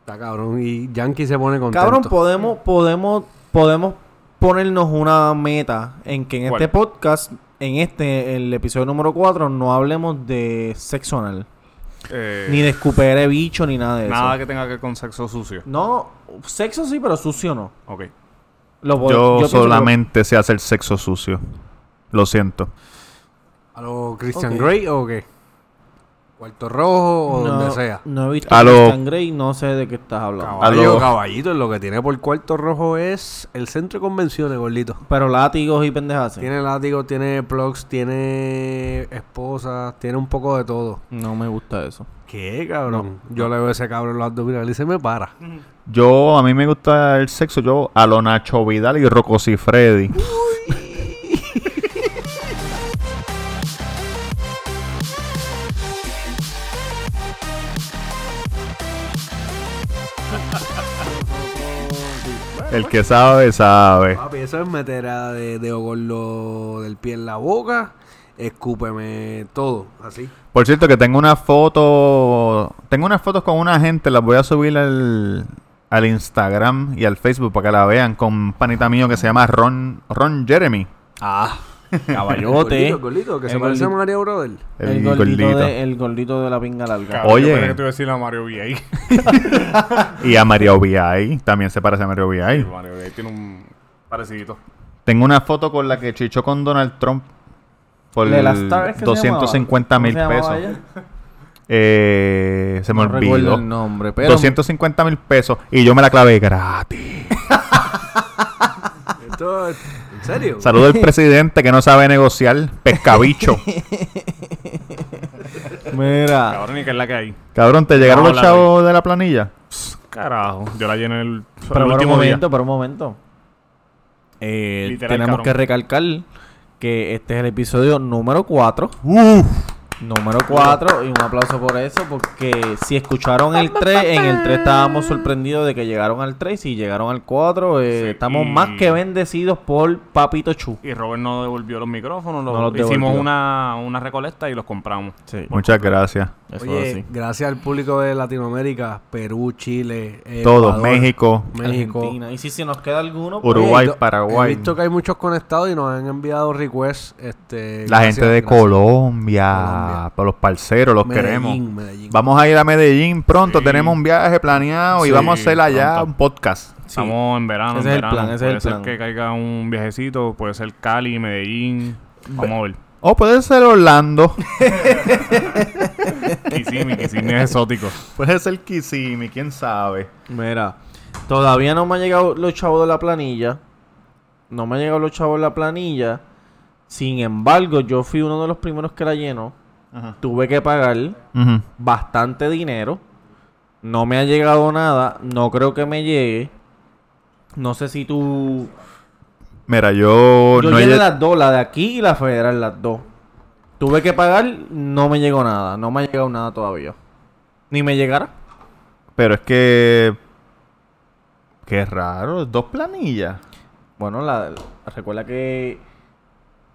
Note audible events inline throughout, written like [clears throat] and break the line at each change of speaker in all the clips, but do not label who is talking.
está cabrón. Y Yankee se pone contento.
Cabrón, podemos, podemos, podemos ponernos una meta en que en
¿Cuál?
este podcast, en este, el episodio número 4, no hablemos de sexo anal.
Eh,
Ni de escupere bicho, ni nada de
nada
eso.
que tenga que ver con sexo sucio.
No, sexo sí, pero sucio no.
Ok.
Lo pod-
Yo,
pienso que lo-
solamente sé hacer sexo sucio. Lo siento.
¿A lo Christian
Ok.
Grey o qué? Cuarto Rojo o
no,
donde sea.
No he visto
A
a
lo-
Christian Grey, no sé de qué estás hablando.
Caballo,
lo-
caballito, lo que tiene por Cuarto Rojo es el centro de convenciones, gordito.
Pero látigos y pendejas. sí.
Tiene látigo, tiene plugs, tiene esposas, tiene un poco de todo.
No me gusta eso.
¿Qué, cabrón? Mm. Yo le veo a ese cabrón los abdominales y se me para.
Yo, a mí me gusta el sexo. Yo, a lo Nacho Vidal y Rocosy Freddy. El que sabe, sabe.
Papi, eso es metera de, de gordo del pie en la boca. Escúpeme todo, así.
Por cierto, que tengo una foto. Tengo unas fotos con una gente, las voy a subir al, al Instagram y al Facebook para que la vean. Con un panita mío que se llama Ron, Ron Jeremy.
Ah,
Caballote.
Golito, golito, que
El
se parece a
gordito.
Mario Brother.
El,
El, gordito,
gordito.
de, el gordito de la pinga larga.
Oye.
Oye. que te iba a decir a Mario VI.
[laughs]
Y a Mario VI. También se parece a Mario VI.
Mario VI tiene un parecidito.
Tengo una foto con la que chichó con Donald Trump por
¿De la Star es que se llamaba?
250 mil
¿Cómo se
pesos.
llamaba ella?
Eh, se me
No recuerdo
olvidó.
el nombre, pero
250 mil pesos y yo me la clavé gratis.
Esto, es- ¿En serio?
[laughs]
Saludo al presidente que no sabe negociar, pescabicho.
mira,
Cabrón, ni que es la que hay.
Cabrón, ¿te llegaron
No,
los
la
chavos de la planilla?
Carajo. Yo la llené el,
pero
el
por un
último día.
momento, por un momento. Eh,
Literal,
tenemos
cabrón.
que recalcar que este es el episodio número 4. Número 4 y un aplauso por eso porque si escucharon el 3, en el 3 estábamos sorprendidos de que llegaron al 3 y llegaron al 4, eh,
Sí,
estamos
y-
más que bendecidos por Papito Chu.
Y Robert no devolvió los micrófonos. los-
No los
hicimos
devolvió.
una, una recolecta y los compramos.
Sí,
Muchas gracias.
eso es
Oye,
así.
gracias al público de Latinoamérica, Perú, Chile,
Todos,
Ecuador,
México,
México.
Argentina. Y si se nos queda alguno, pues,
Uruguay,
Oye, He
Paraguay,
visto que hay muchos conectados y nos han enviado requests. Este,
la
gracias,
gente de
gracias.
Colombia,
Colombia.
para los parceros, los
Medellín,
queremos.
Medellín.
Vamos a ir a Medellín pronto,
Sí.
tenemos un viaje planeado y
Sí,
vamos a hacer allá
pronto.
un podcast.
Estamos en verano.
Ese
en
es el
verano.
plan, ese es
puede
el
ser
plan.
que caiga un viajecito. Puede ser Cali, Medellín. Vamos a ver.
O puede ser Orlando,
Kissimmee, Kissimmee es exótico.
puede ser Kissimmee, quién sabe.
Mira, todavía no me han llegado los chavos de la planilla. No me han llegado los chavos de la planilla. Sin embargo, yo fui uno de los primeros que la llenó. Tuve que pagar
Ujú.
bastante dinero. No me ha llegado nada. No creo que me llegue. No sé si tú...
Mira, yo,
Yo
Pues no he
llené
lle-
las dos, la de aquí y la federal, las dos. Tuve que pagar, no me llegó nada. No me ha llegado nada todavía. Ni me llegará.
pero es que... Qué raro, dos planillas.
Bueno, la, la- recuerda que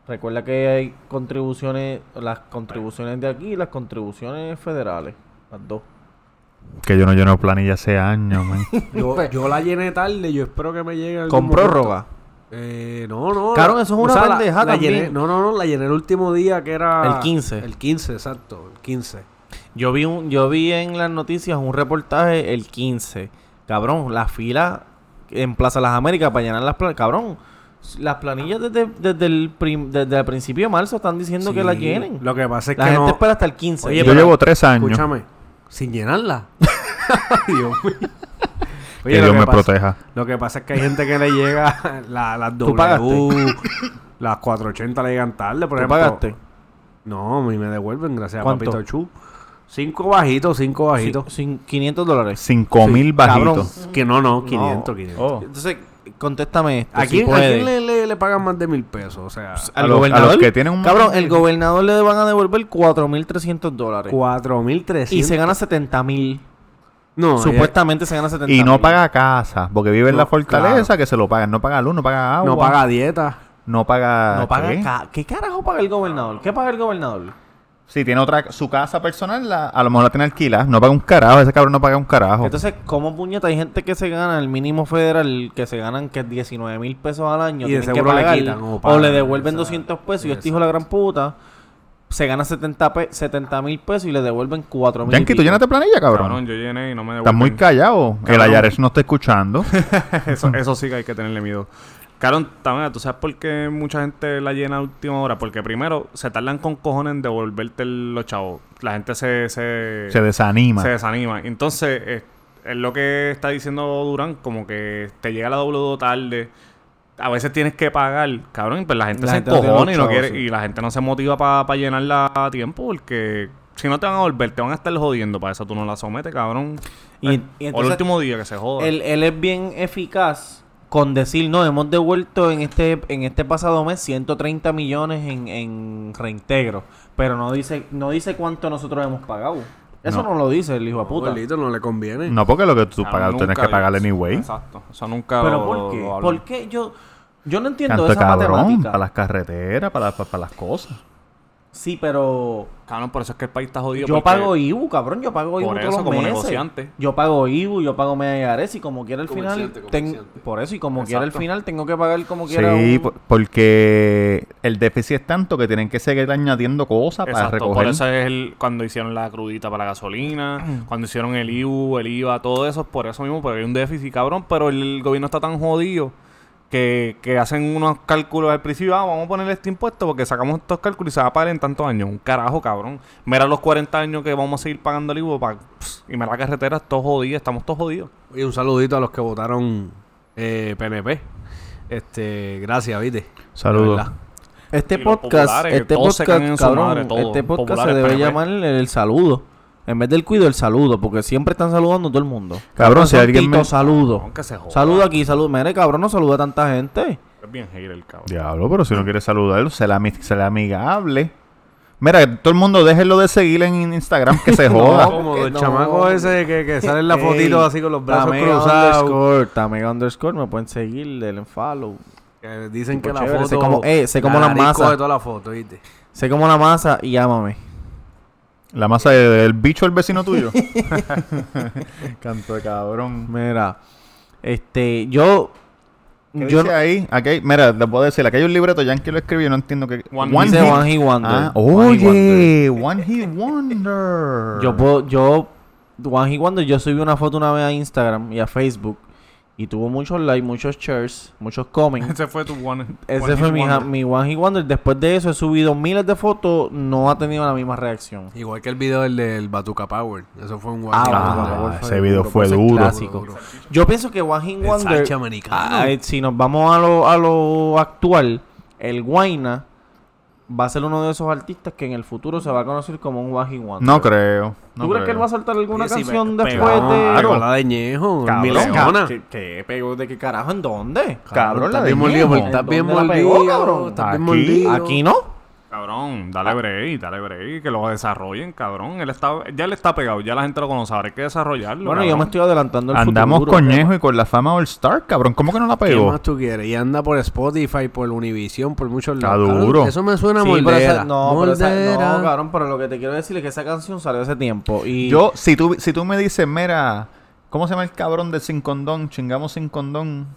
recuerda que hay contribuciones, las contribuciones de aquí y las contribuciones federales, las dos.
Que yo no lleno planilla hace años, man.
Yo, yo la llené tarde, yo espero que me llegue. algún
Con
momento.
prórroga.
Eh, no, no.
Cabrón, eso es una
la-
pendeja
la
también.
llené- no, no, no, la llené el último día que era.
El 15.
El 15, exacto, el 15.
Yo vi un, yo vi en las noticias un reportaje el 15. Cabrón, la fila en Plaza Las Américas para llenar las planillas. Cabrón, las planillas desde, desde, el prim- desde el principio de marzo están diciendo que
Sí,
las llenen.
Lo que pasa es
la
que
gente
no.
espera hasta el 15.
Oye,
yo
pero-
llevo tres años.
Escúchame, sin llenarla. Dios mío.
que
Oye, lo
Dios
que
me
pasa-
proteja.
Lo que pasa es que hay gente que le llega [laughs] la- las
¿Tú
W, las 480 le llegan tarde, por
¿Tú
ejemplo.
pagaste?
No, a mí me devuelven, gracias
¿Cuánto?
a Papito Chu. Cinco bajitos, cinco bajitos.
Sin 500 dólares.
Cinco mil bajitos.
Cabrón, que no, no, 500,
No.
500.
Oh.
Entonces, contéstame esto.
¿A
si
quién, a
puede.
quién le, le- le pagan más de mil pesos? O sea,
A los- a los que tienen un-
Cabrón, el gobernador le van a devolver 4.300 dólares.
4.300.
Y se gana 70.000.
No,
Supuestamente se gana 70.000.
Y no paga casa, porque vive en
No,
la fortaleza que se lo pagan. No paga luz, no paga
ella
agua.
no paga dieta.
No paga.
No paga
¿qué?
ca- ¿Qué carajo paga el gobernador? ¿Qué paga el gobernador?
Si tiene otra, su casa personal, la- a lo mejor la tiene alquilada. No paga un carajo, ese cabrón no paga un carajo.
Entonces, ¿cómo puñeta hay gente que se gana el mínimo federal que se ganan que es 19 mil pesos al año?
Y de
tienen que
seguro le
pagar,
quitan, o
o,
pagan,
le devuelven
exacto,
200 pesos y este hijo de la gran puta se gana 70 pe- 70 mil pesos y le devuelven 4 mil.
Yankee, tú llenaste planilla, cabrón.
Cabrón, yo llené y no me
Estás
devuelven.
muy callado. El
Cabrón.
Ayares no está escuchando.
Eso, eso sí que hay que tenerle miedo. Cabrón, también, ¿tú sabes por qué mucha gente la llena a última hora? Porque primero, se tardan con cojones en devolverte el- los chavos. La gente se... Se,
Se desanima.
se desanima. Entonces, eh, es lo que está diciendo Durán, como que te llega la W tarde. A veces tienes que pagar, cabrón, y pues la gente
La
se
gente no tiene
encojona y no
los
quiere,
chavos, sí.
y la gente no se motiva para llenarla a tiempo porque si no te van a volver, te van a estar jodiendo. Para eso tú no la sometes, cabrón.
Y,
Eh,
y
o el
entonces,
último día que se joda.
él, él es bien eficaz con decir, no, hemos devuelto en este en este pasado mes 130 millones en, en reintegro. Pero no dice no dice cuánto nosotros hemos pagado. Eso no,
No.
lo dice el hijo de
No,
puta.
gordito, no le conviene.
No, porque lo que tú
Cabrón,
pagas, tú tienes
nunca
que pagar
yo-
anyway.
Exacto. Eso nunca
¿Pero
lo-
por qué?
lo hablan.
¿Por qué yo, yo no entiendo
Canto de
esa
cabrón,
matemática?
para las carreteras, para, para, para las cosas.
Sí, pero
Cabrón, por eso es que el país está jodido.
yo
porque-
pago IBU, cabrón. Yo pago
Por
IBU
eso,
todos los
como
meses.
negociante.
Yo pago IBU, yo pago MEDIARES y como quiera al final...
Comerciante,
ten-
comerciante.
Por eso, y como quiera al
Exacto.
final tengo que pagar como quiera
Sí,
un-
por- porque el déficit es tanto que tienen que seguir añadiendo cosas para
Exacto, por
recoger.
eso es el, cuando hicieron la crudita para la gasolina,
[clears throat]
cuando hicieron el IBU, el IVA, todo eso, es por eso mismo, porque hay un déficit, cabrón, pero el gobierno está tan jodido que, que hacen unos cálculos al principio, ah, vamos a ponerle este impuesto porque sacamos estos cálculos y se va a pagar en tantos años. Un carajo, cabrón. Mira los 40 años que vamos a seguir pagando el IVU pa- pss, y mira la carretera, todo jodido, estamos todos jodidos.
Y un saludito a los que votaron eh, PNP. Este, gracias, viste.
Saludos.
De verdad.
Este
Y los
podcast,
populares, que
este
todos se
podcast,
caen en su
cabrón,
madre, todos,
este podcast se
populares,
debe
PNP.
llamar el, el saludo. En vez del cuido, el saludo, porque siempre están saludando a todo el mundo.
Cabrón, si
Son
alguien
Tito,
me...
saludo.
Aunque se joda.
Saludo aquí, saludo. Mire, cabrón, no saluda a tanta gente.
Es bien hater el cabrón.
Diablo, pero si no quiere saludarlo, se la, amigable. Mira, todo el mundo déjenlo de seguir en Instagram que [laughs] se joda.
Como
que
el
no.
chamaco ese que, que sale en la
[laughs] Ey,
fotito así con los brazos
Tamega
cruzados.
Underscore, Tamega underscore, me pueden seguir, denle follow.
que dicen
Tipo
que la
chévere,
foto.
sé como- eh, sé como la
nariz
masa.
coge toda la foto, viste.
Sé como la masa y llámame.
La masa de- del bicho el vecino [laughs] tuyo. Canto de cabrón.
Mira, este, yo.
¿Qué
Yo
dice ahí? Aquí hay- mira, les puedo decir, aquí hay un libreto, Yankee lo escribió, no entiendo qué.
One
no- dice
Hit-
One Hit Wonder.
Ah,
One Hit Wonder.
oye, One Hit Wonder.
Yo puedo, yo, One Hit Wonder, yo subí una foto una vez a Instagram y a Facebook. Y tuvo muchos likes, muchos shares, muchos
[laughs]
comments.
Ese fue tu one.
[laughs] Ese
one
fue
hit
mi, ja-
wonder.
mi One Hit Wonder. Después de eso he subido miles de fotos, no ha tenido la misma reacción.
Igual que el video del del Batuca Power. Eso fue un guay.
Ah,
Ah,
Wonder,
ese video
duro,
fue
ese
duro.
clásico. Yo pienso que One Hit
El
Wonder. Ah,
Sánchez americano.
Ay, si nos vamos a lo, a lo actual, el Guaina va a ser uno de esos artistas que en el futuro se va a conocer como un One Hit Wonder.
No creo. Ah,
¿Tú
no
crees que él
creo.
va a soltar alguna
Sí, sí,
canción
pe-
después
pegó,
de.?
pegó Ah, la de Ñejo.
Cabrón.
Milona.
¿Qué, qué pegó? ¿De qué carajo? ¿En dónde?
Cabrón, la
estás
de
bien mordido,
Ñejo.
estás bien
¿Dónde la pegó,
mordido.
cabrón?
Estás bien
Aquí.
mordido.
Aquí no.
Cabrón, dale break, dale break, que lo desarrollen, cabrón. Él está, ya él está pegado, ya la gente lo conoce, ahora hay que desarrollarlo.
Bueno, yo me
cabrón.
estoy adelantando el
Andamos
futuro.
con Ñejo y con la fama All Star, cabrón. ¿Cómo que no la
¿Qué
pegó?
más tú quieres? Y anda por Spotify, por Univision, por muchos
Está
lados. Cabrón,
duro.
Eso me suena
Sí, pero
moldera.
esa- no, pero esa-
Moldera.
no, cabrón, pero lo que te quiero decir es que esa canción salió hace tiempo. Y
Yo, si tú, si tú me dices, mira, ¿cómo se llama el cabrón del sin condón? Chingamos sin condón.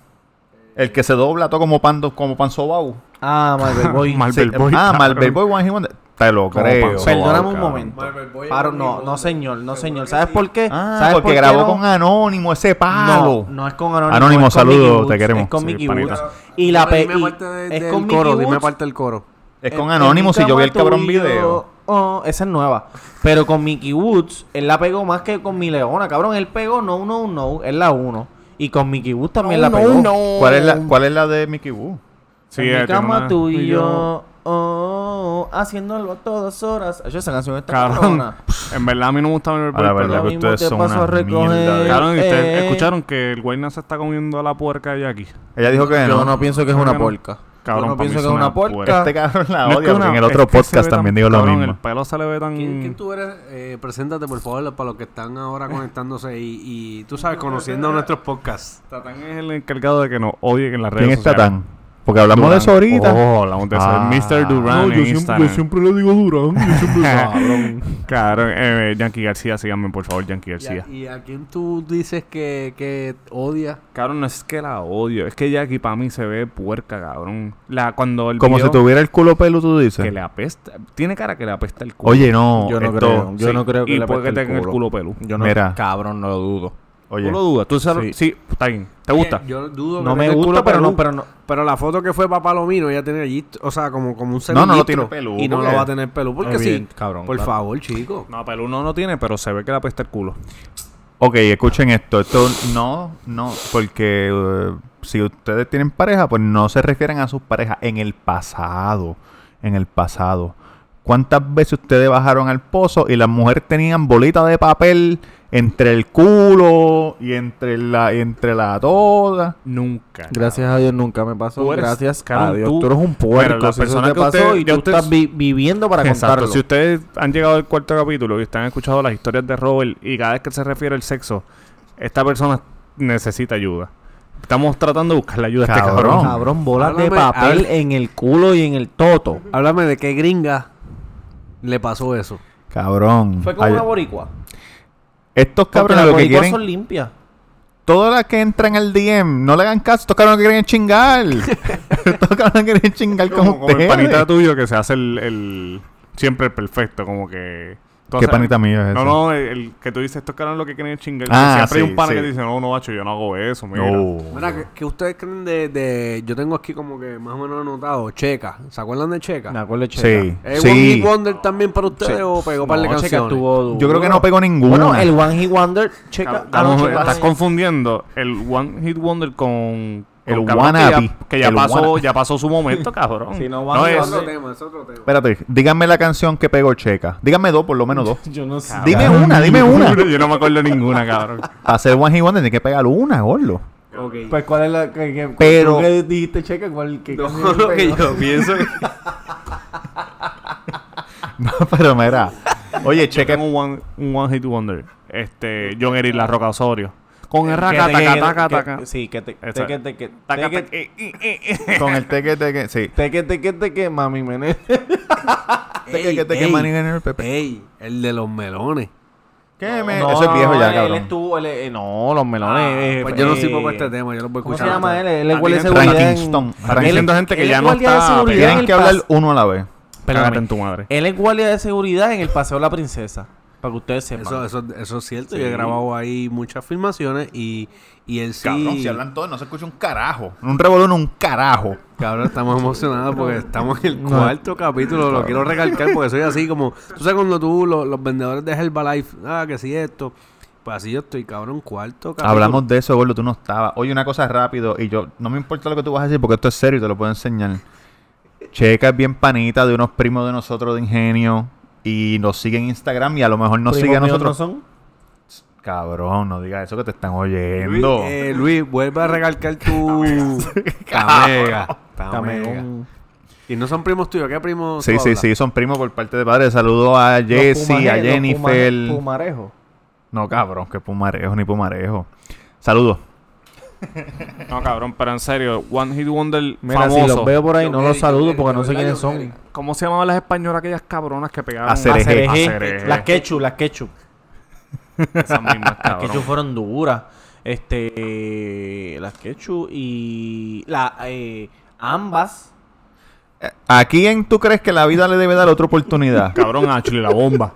El que se dobla todo como pan, como pan sobao.
Ah, Marvel
[laughs]
Boy.
Sí,
Malverboy,
ah,
cabrón.
Malver Boy One Hit Wonder.
Eh,
Te lo
Como
creo.
pan sobao.
Perdóname un
cabrón.
momento.
Marvel Boy
Paro,
es
no,
un
no
hijo.
señor, no
Seguro
señor.
que
¿Sabes
sí.
por qué?
Ah,
¿Sabes
porque
por qué
grabó
no?
con Anónimo ese palo.
No, no es con Anónimo.
Anónimo,
es con Mickey
saludos,
Woods,
te queremos.
Es con
Sí,
Mickey
panita.
Woods. Y la pe-
Dime
y-
parte de-
es
del
con
coro,
Mickey
dime
Woods.
parte del coro.
Es con
En-
Anónimo
en
si yo vi el
Cama
cabrón
eh, Tuyo,
video.
oh, esa es nueva. Pero con Mickey Woods, él la pegó más que con mi Leona, cabrón. Él pegó No, No, No, es la 1. Y con Mickey Woods también la pegó.
¿Cuál es
Eh,
la, cuál es la de Mickey Woo?
Sí,
en
eh,
mi
tiene
cama
una-
tú y
y
yo,
yo.
oh, haciéndolo a todas horas. Ay, esa canción está
Cabrón,
cabrona.
en verdad a mí no me gusta Malverboy,
A la
pero...
verdad. que ustedes son una mierda de-
Cabrón, y ustedes
eh.
escucharon que el Guayna se está comiendo a la puerca de Jackie.
Ella dijo que
Yo
no.
no pienso que es
Creo
una
que no.
porca.
Cabrón,
Yo no
para mí
pienso que es
es
una
una
porca.
[laughs] Este cabrón la
No es que
odia, porque
una-
en el
es
otro
que se
podcast
ve
también
tan-
digo lo
cabrón,
mismo.
El pelo se le ve tan...
¿Quién, quién tú eres? Eh, preséntate, por favor, para los que están ahora conectándose y, y tú sabes, conociendo nuestros podcasts.
Tatán es el encargado de que nos odien en las redes
¿Quién es
sociales.
Tatán? Porque hablamos de eso ahorita.
Oh, hablamos de eso.
Ah.
Mr.
No,
Durán
yo
en
siempre-
Instagram.
yo siempre le digo Durán. Yo
[laughs]
siempre cabrón.
Claro, eh, Yankee García, síganme, por favor, Yankee
¿Y a,
García.
y a quién tú dices que, que odias?
Cabrón, no es que la odio. Es que Jackie para mí se ve puerca, cabrón. La, cuando el
Como si
video
tuviera el culo pelo, tú dices.
que le apesta. Tiene cara que le apesta el culo.
Oye, no.
Yo no
esto-
creo. Yo no creo que
y
le
puede que
apeste el
tenga el
culo.
culo pelo.
Yo no,
Mira.
cabrón, no lo dudo.
Oye.
¿Tú lo dudas? ¿Tú sabes? Sí. está bien. ¿Te gusta?
Yo dudo
No
que
me
tenga el
gusta,
culo
pero no,
peludo.
pero no.
Pero la foto que fue para Palomino, ella tenía allí, o sea, como, como un
No, no lo
semillistro.
tiene peludo,
Y no
porque-
lo va a tener pelo. Porque
Evidente,
sí.
cabrón,
Por
claro.
favor, chico.
No, pelo no, no tiene, pero se ve que le apesta el culo.
Ok, escuchen esto. Esto no, no, porque eh, si ustedes tienen pareja, pues no se refieren a sus parejas en el pasado. En el pasado. ¿Cuántas veces ustedes bajaron al pozo y las mujeres tenían bolitas de papel entre el culo y entre la, y entre la toda?
Nunca.
Gracias a Dios nunca me pasó.
Tú eres-
Gracias a
cabrón,
Dios.
tú-
Tú, eres un puerco.
Pero la
si eso
persona
te
que
pasó
usted-
y
ya
tú
usted-
estás vi- viviendo para
Exacto.
contarlo.
Si ustedes han llegado al cuarto capítulo y están escuchando las historias de Robert y cada vez que se refiere al sexo, esta persona necesita ayuda. Estamos tratando de buscar la ayuda a este
Cabrón.
cabrón.
Cabrón, bolas de
Háblame-
papel
háblame-
en el culo y en el toto.
Háblame de qué gringa le pasó eso.
Cabrón.
Fue con
Ay,
una boricua.
estos
Porque
cabrones
las
lo que
boricuas
quieren.
son limpias.
Todas las que entran al DM, no le hagan caso. Estos cabrones que quieren chingar. estos cabrones quieren chingar con
Como, como el
ustedes.
panita tuyo que se hace el, el- siempre el perfecto, como que... tú
¿Qué
haces-
panita mío es
No,
ese?
no, el, el que tú dices, estos caras lo que quieren es chingar.
Ah,
siempre hay
sí,
un pana
sí.
que te dice, no, no, macho, yo no hago eso, mira.
Mira, ¿qué, qué ustedes creen de, de- Yo tengo aquí como que más o menos anotado. Checa. ¿Se acuerdan de Checa?
Me acuerdo de Checa.
Sí.
¿Es One
sí.
Hit Wonder también para ustedes o pegó para
No,
las
Checa
canciones?
estuvo duro.
Yo creo que no pegó ninguna.
Bueno, el One Hit Wonder,
Cabrón,
checa. ah, no,
estamos-
Checa
estás
no-
confundiendo el One Hit Wonder con...
El
con cabrón que
wannabe.
ya- Que ya
El
pasó,
wanna-
ya pasó su momento, cabrón.
Sí, no,
no
wannabe-
es,
Es otro tema, es otro tema.
Espérate, díganme la canción que pegó Checa. Díganme dos, por lo menos dos.
Yo no sé.
Dime una,
[laughs]
dime una.
Yo no me acuerdo ninguna, cabrón.
Para hacer One Hit Wonder tiene que pegar una, gordo. [laughs]
Pues, ¿cuál es la que, que-
Pero-
tú que dijiste checa? ¿Cuál que
yo pienso
No, pero mira. Oye,
Cheque
Checa.
un one, un one hit wonder. Este, John Eric La Roca Osorio. Con el raca,
te-
taca,
que-
taca,
que-
taca.
Sí, que te que
Exacto.
te que
Taca,
te
taca, eh, eh, eh, eh.
Con el teque, teque. Sí.
que te que te que mami mené.
Teque,
este
teque, teque, maní, en el pepe.
Ey, el de los melones.
¿Qué me- Eso es viejo ya,
Él
cabrón.
estuvo, él, eh, no, los melones.
Ah,
eh,
Pues yo no
eh,
sirvo para este tema, yo lo voy a
¿Cómo
escuchar.
se llama él? Él es
Aquí
guardia de
dentro-
seguridad.
Ranking
en-
Stone.
Él
Ranking-
es-
Diciendo gente que
él es
ya no
guardia de
está
seguridad
pegada.
en
Tienen
el
que hablar
pas-
uno a la vez.
Cágate
Perdóname.
en tu madre.
Él es guardia de seguridad en el Paseo de la Princesa. Para que ustedes sepan.
Eso, eso, eso es cierto.
Sí.
Yo he grabado ahí muchas filmaciones y, y él sí.
todos, no se escucha un carajo. Un revolón, un carajo.
Cabrón, estamos emocionados porque estamos en el
No.
cuarto capítulo. Lo quiero recalcar porque soy así como. Tú sabes, cuando tú, lo- los vendedores de Herbalife, ah, que sí, esto. Pues así yo estoy, cabrón, cuarto capítulo.
Hablamos de eso, gordo, tú no estabas. Oye, una cosa rápido, y yo, no me importa lo que tú vas a decir porque esto es serio y te lo puedo enseñar. Checa es bien panita de unos primos de nosotros de ingenio y nos sigue en Instagram y a lo mejor nos
Primos
sigue a
míos
nosotros.
No son.
Cabrón, no digas eso que te están
Luis,
oyendo.
eh, Luis, vuelve a recalcar
[laughs]
tu. Tamega. Tamega.
También.
Y no son primos tuyos, ¿qué primos?
sí,
tú
sí,
hablas?
sí, son primos por parte de padres. Saludo a
Los
Jesse,
pumaje-
a
los
Jennifer.
pumaje- Pumarejo.
No, cabrón, que pumarejo ni pumarejo. Saludos.
Eh, No, cabrón, pero en serio, One Hit Wonder
Mira,
famoso.
si los veo por ahí, no
John
los
Eric,
saludo
John
porque
Eric,
no sé
de verdad,
quiénes
John
son.
Eric.
¿Cómo se llamaban las españolas aquellas cabronas que pegaron?
Acereje.
Acereje.
Acereje.
Las quechu, las quechu.
Esas mismas,
Las quechu
cabrón.
fueron duras. Este. Las quechu y. La, eh, ambas.
Eh, ¿A quién tú crees que la vida le debe dar
[laughs]
otra oportunidad?
Cabrón, Ashley, la bomba.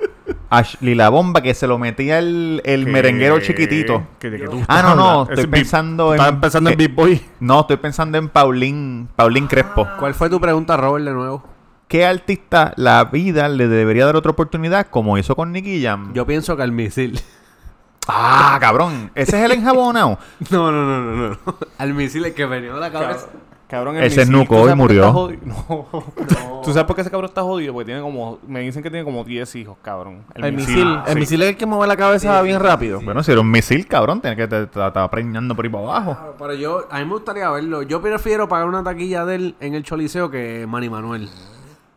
Ashley la bomba que se lo metía el, el
¿Qué?
merenguero chiquitito.
¿Qué- de qué tú
Ah, no, no,
hablas?
estoy
Ese beat-
pensando en.
Estaba pensando en
eh,
Big Boy.
No, estoy pensando en Paulín, Paulín Crespo.
¿Cuál fue tu pregunta, Robert, de nuevo?
¿Qué artista la vida le debería dar otra oportunidad como hizo con Nicky Jam?
Yo pienso que al misil. [laughs]
Ah, cabrón. Ese es el
[laughs]
enjabonado.
No, no, no, no, no. no. Al misil el que venía de la cabeza.
Cabrón,
Ese
misil,
nuco
¿tú
hoy
sabes por qué
murió.
está jodido? [laughs] No. ¿Tú sabes por qué ese cabrón está jodido? Porque tiene como... Me dicen que tiene como 10 hijos, cabrón.
El, misil. El
sí.
misil es el que mueve la cabeza bien rápido.
bueno, si era un misil, cabrón, tenía que te- te- te estaba preñando por ahí para abajo.
Claro, Pero yo, a mí me gustaría verlo. Yo prefiero pagar una taquilla de él en el Choliseo que Manny Manuel.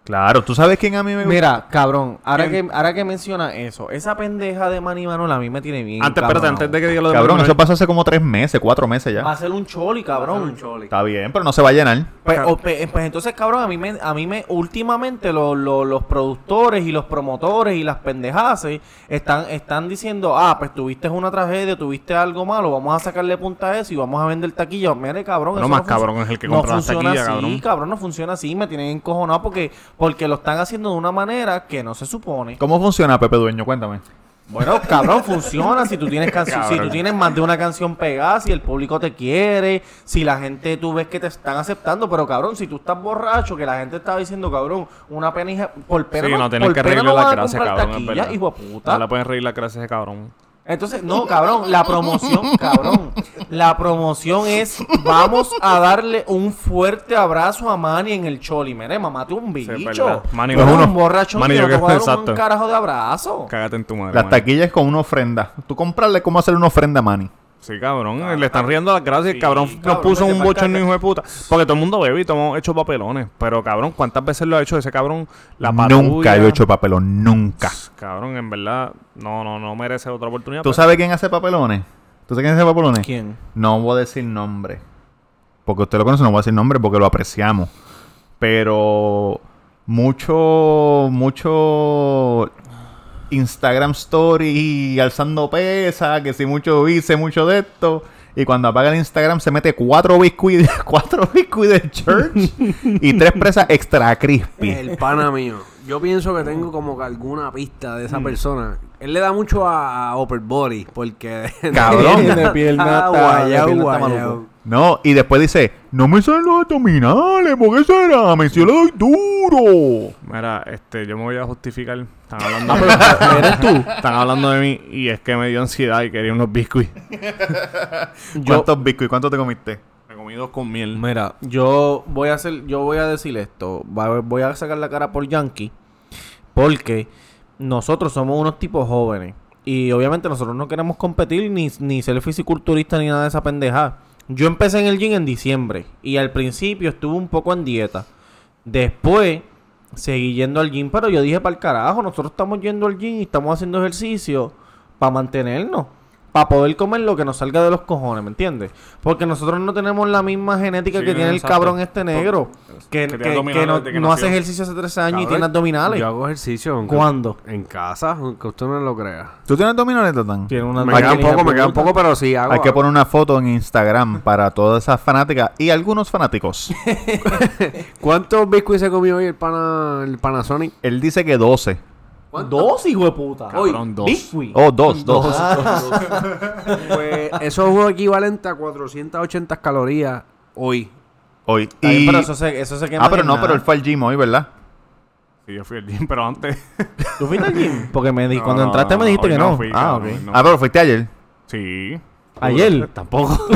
Claro, ¿tú sabes quién a mí me
Mira, cabrón, ahora que,
¿Quién?
ahora que menciona eso, esa pendeja de Manny Manuel a mí me tiene bien.
Antes, espérate, antes de que diga lo de
Cabrón,
Manuel,
eso pasó hace como tres meses, cuatro meses
Va
Ah.
a
ya.
ser un choli, cabrón.
Un choli.
Está bien, pero no se va a llenar.
Pues, o- pe- pues entonces, cabrón, a mí me, a mí me últimamente lo- lo- los productores y los promotores y las pendejadas eh, están, están diciendo, ah, pues tuviste una tragedia, tuviste algo malo, vamos a sacarle punta a eso y vamos a vender taquilla. Mire, cabrón,
Bueno,
eso
más cabrón es el que compra
no
las
funciona
taquillas,
así,
cabrón.
no funciona así, me tienen encojonado porque, porque lo están haciendo de una manera que no se supone.
¿Cómo funciona, Pepe Dueño? Cuéntame.
Bueno, cabrón, funciona si tú tienes cancio- si tú tienes más de una canción pegada, si el público te quiere, si la gente tú ves que te están aceptando, pero cabrón, si tú estás borracho, que la gente está diciendo, cabrón, una penija por pena
Sí, no tienes
por
que
pena
arreglar
vas
las
a
gracias,
comprar
cabrón. es
taquilla,
verdad. pues.
hijo de puta.
No le pueden reír las gracias a ese cabrón.
Entonces, no, cabrón, la promoción, cabrón. La promoción es vamos a darle un fuerte abrazo a Manny en el Choli. Mire, mamá, tú un
es
bicho.
verdad. Manny,
Tú eres
uno.
un borracho
Manny,
que
yo
no te
creo
voy a
que-
dar un
exacto.
carajo de abrazo.
Cágate en tu madre.
Las
Manny.
taquillas con una ofrenda. Tú comprarle cómo hacer una ofrenda a Manny.
Sí, Ah, cabrón. Le están riendo las gracias. el cabrón,
cabrón,
nos puso
vete
un
pa'l
bochorno,
caca.
hijo de puta. Porque todo el mundo bebe y hemos hecho papelones. Pero, cabrón, ¿cuántas veces lo ha hecho ese cabrón? La patrulla.
Nunca yo he hecho papelón, nunca.
Cabrón, en verdad, no, no, no merece otra oportunidad.
¿Tú
pero-
sabes quién hace papelones? ¿Tú sabes quién hace papelones?
¿Quién?
No voy a decir nombre. Porque usted lo conoce, no voy a decir nombre porque lo apreciamos. Pero mucho, mucho Instagram story alzando pesas, que si mucho vice, mucho de esto. Y cuando apaga el Instagram se mete cuatro biscuits, [laughs] cuatro biscuits de church y tres presas extra crispy.
El pana mío. Yo pienso que tengo como que alguna pista de esa persona. Él le da mucho a, a Upper Body porque... [laughs]
Cabrón.
De pierna
Ah,
está- de
guayao,
pierna está
guayao.
maluco.
No, y después dice, no me salen los abdominales, porque será, me si yo le doy duro.
Mira, este, yo me voy a justificar. Están hablando de ¿Eres tú? Están hablando de mí y es que me dio ansiedad y quería unos biscuits.
¿Cuántos biscuits? ¿Cuántos te comiste?
Me comí dos con miel.
Mira, yo voy a hacer, yo voy a decir esto, va- voy a sacar la cara por Yankee, porque nosotros somos unos tipos jóvenes y obviamente nosotros no queremos competir ni, ni ser fisiculturista ni nada de esa pendeja. Yo empecé en el gym en diciembre y al principio estuve un poco en dieta. Después seguí yendo al gym, pero yo dije para el carajo, nosotros estamos yendo al gym y estamos haciendo ejercicio para mantenernos, para poder comer lo que nos salga de los cojones, ¿me entiendes? Porque nosotros no tenemos la misma genética
Sí,
que tiene el
exacto.
cabrón este negro, que,
Que tiene
que- que
abdominales
no,
desde que
no hace
nació.
ejercicio hace tres años y
Cabrón,
tiene abdominales.
Yo hago ejercicio. aunque-
¿Cuándo?
En casa, aunque usted no lo crea.
¿Tú tienes abdominales, Tatán?
Tiene una
Me queda un
abdominalidad
poco, me queda un
bruta.
poco, pero sí hago.
Hay que poner una foto en Instagram para todas esas fanáticas y algunos fanáticos.
¿Cuántos biscuits se comió hoy el, pana, el Panasonic?
Él dice que 12.
Dos, hijo de puta.
Cabrón, dos.
Biscuit.
Oh, dos, dos.
[laughs] Pues eso es un equivalente a 480 calorías hoy.
Hoy.
Está bien,
Y-
pero eso se, eso se quema
Ah, pero
en
no,
nada. [laughs]
pero él fue al gym hoy, ¿verdad?
Sí, yo fui al gym, pero antes. [laughs]
¿Tú fuiste al gym? Porque me di-
No,
cuando
no,
entraste
no,
me dijiste
hoy
que
no
no.
fui,
ah,
cabrón,
ok.
hoy no.
Ah, pero fuiste ayer.
Sí.
Ayer.
[laughs] Tampoco.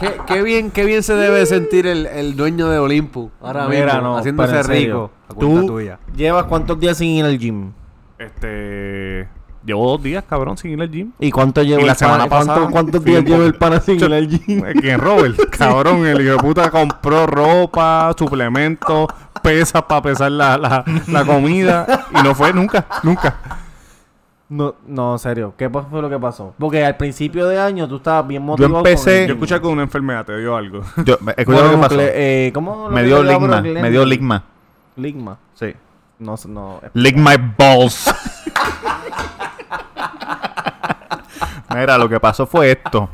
Qué, qué bien, qué bien se debe sentir el, el dueño de Olimpo ahora
Mira,
mismo,
no,
haciéndose
pero en serio.
rico. a cuenta
Tú
tuya.
llevas cuántos días sin ir al gym.
Este. Llevo dos días, cabrón, sin ir al gym.
¿Y cuánto lleva
la
el pana-
semana pasada
cuánto- ¿Cuántos
fui
días
un
lleva
poco-
el pana sin ir al gym?
¿Quién Robert? Cabrón, el hijo de puta compró ropa, suplementos, pesas para pesar la, la, la comida y no fue nunca, nunca.
No, no, en serio. ¿Qué pa- fue lo que pasó? Porque al principio de año tú estabas bien motivado. con
empecé-
el-
Yo escuché que una enfermedad te dio algo.
Yo, escucha lo que pasó.
Mononucle- eh, ¿Cómo? lo
Me
que
dio
te dio
ligma.
Brooklyn?
Me dio ligma.
Ligma.
Sí.
No, sé, no. eh,
Lick my
[laughs]
balls. Mira, lo que pasó fue esto.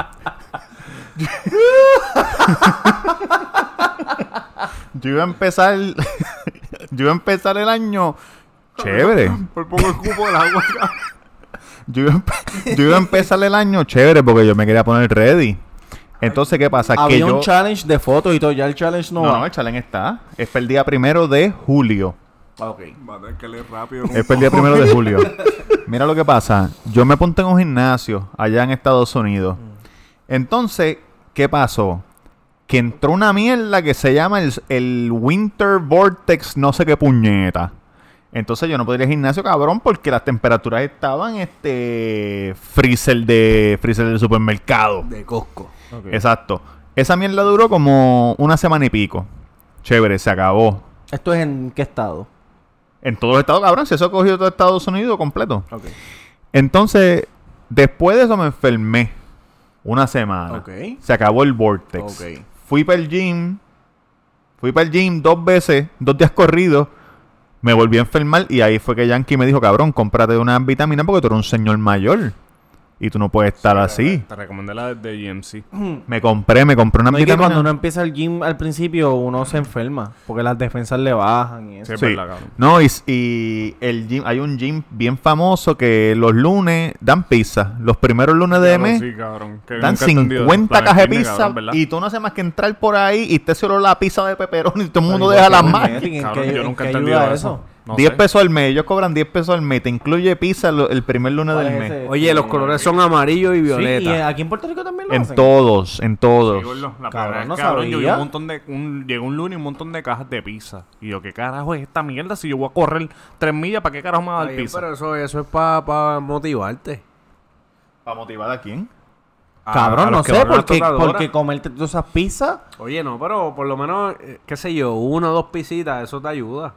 Yo iba a empezar. Yo iba a empezar el año. Chévere.
Por poco el cupo del agua. [laughs]
Yo iba, a empe- yo iba a empezar el año chévere porque yo me quería poner ready. Entonces, ¿qué pasa?
Había
que yo.
un challenge de fotos y todo. Ya el challenge no,
no, no,
va.
el challenge está. Es para el día primero de julio.
Ah, ok.
Va a tener que leer rápido.
Es para el día primero de julio. Mira lo que pasa. Yo me apunté en un gimnasio allá en Estados Unidos. Entonces, ¿qué pasó? Que entró una mierda que se llama el, el Winter Vortex, no sé qué puñeta. Entonces yo no podía ir al gimnasio, cabrón, porque las temperaturas estaban este freezer de freezer del supermercado.
De Costco.
ok.
Exacto. Esa mierda duró como una semana y pico. Chévere, se acabó.
¿Esto es en qué estado?
En todos los estados, cabrón, si eso ha cogido todo Estados Unidos completo.
Ok.
Entonces, después de eso me enfermé. Una
Ah.
semana.
Ok.
Se acabó el Vortex.
Ok.
Fui para el gym. Fui para el gym dos veces, dos días corridos. Me volví a enfermar y ahí fue que Yankee me dijo, cabrón, cómprate unas vitaminas porque tú eres un señor mayor. Y tú no puedes estar así.
Te recomendé la de GMC.
Me compré, me compré unas
No, y que
vitaminas.
cuando uno empieza el gym al principio, uno se enferma. Porque las defensas le bajan y eso.
Sí, es
Sí.
verdad, cabrón.
No, y, s- y el gym, hay un gym bien famoso que los lunes dan pizza. Los primeros lunes de
Claro,
mes
sí, cabrón, que
dan
nunca he entendido
50
esos planes
cajas de
fitness,
pizza
cabrón, ¿verdad?
y tú no haces más que entrar por ahí y te solo la pizza de peperón y todo el mundo
Ay,
deja
porque
las
me-
más.
¿En
Cabrón,
qué-
yo
en
nunca he
qué
entendido
ayuda
eso.
eso?
No
10
sé.
pesos al mes, ellos cobran 10 pesos al mes, te incluye pizza lo- el primer lunes
¿Cuál
del
es
mes.
ese?
Oye, los colores son amarillo y
Sí, y eh,
violeta.
aquí en Puerto Rico también lo
En
hacen.
todos, en todos.
Sí, gordo, la
Cabrón,
cabrón,
no
cabrón, yo vi
sabía.
un montón de un, llegó un lunes y un montón de cajas de pizza. Y yo, ¿qué carajo es esta mierda? Si yo voy a correr tres millas, ¿para qué carajo me va a dar
Ay,
pizza?
pero eso, eso es para motivarte.
¿Para motivar a quién?
Ah,
A-
Cabrón,
a los
no
que
sé,
van a las
porque,
tocadoras.
porque comerte todas esas pizzas.
Oye, no, pero por lo menos, eh, qué sé yo, una o dos pisitas, eso te ayuda.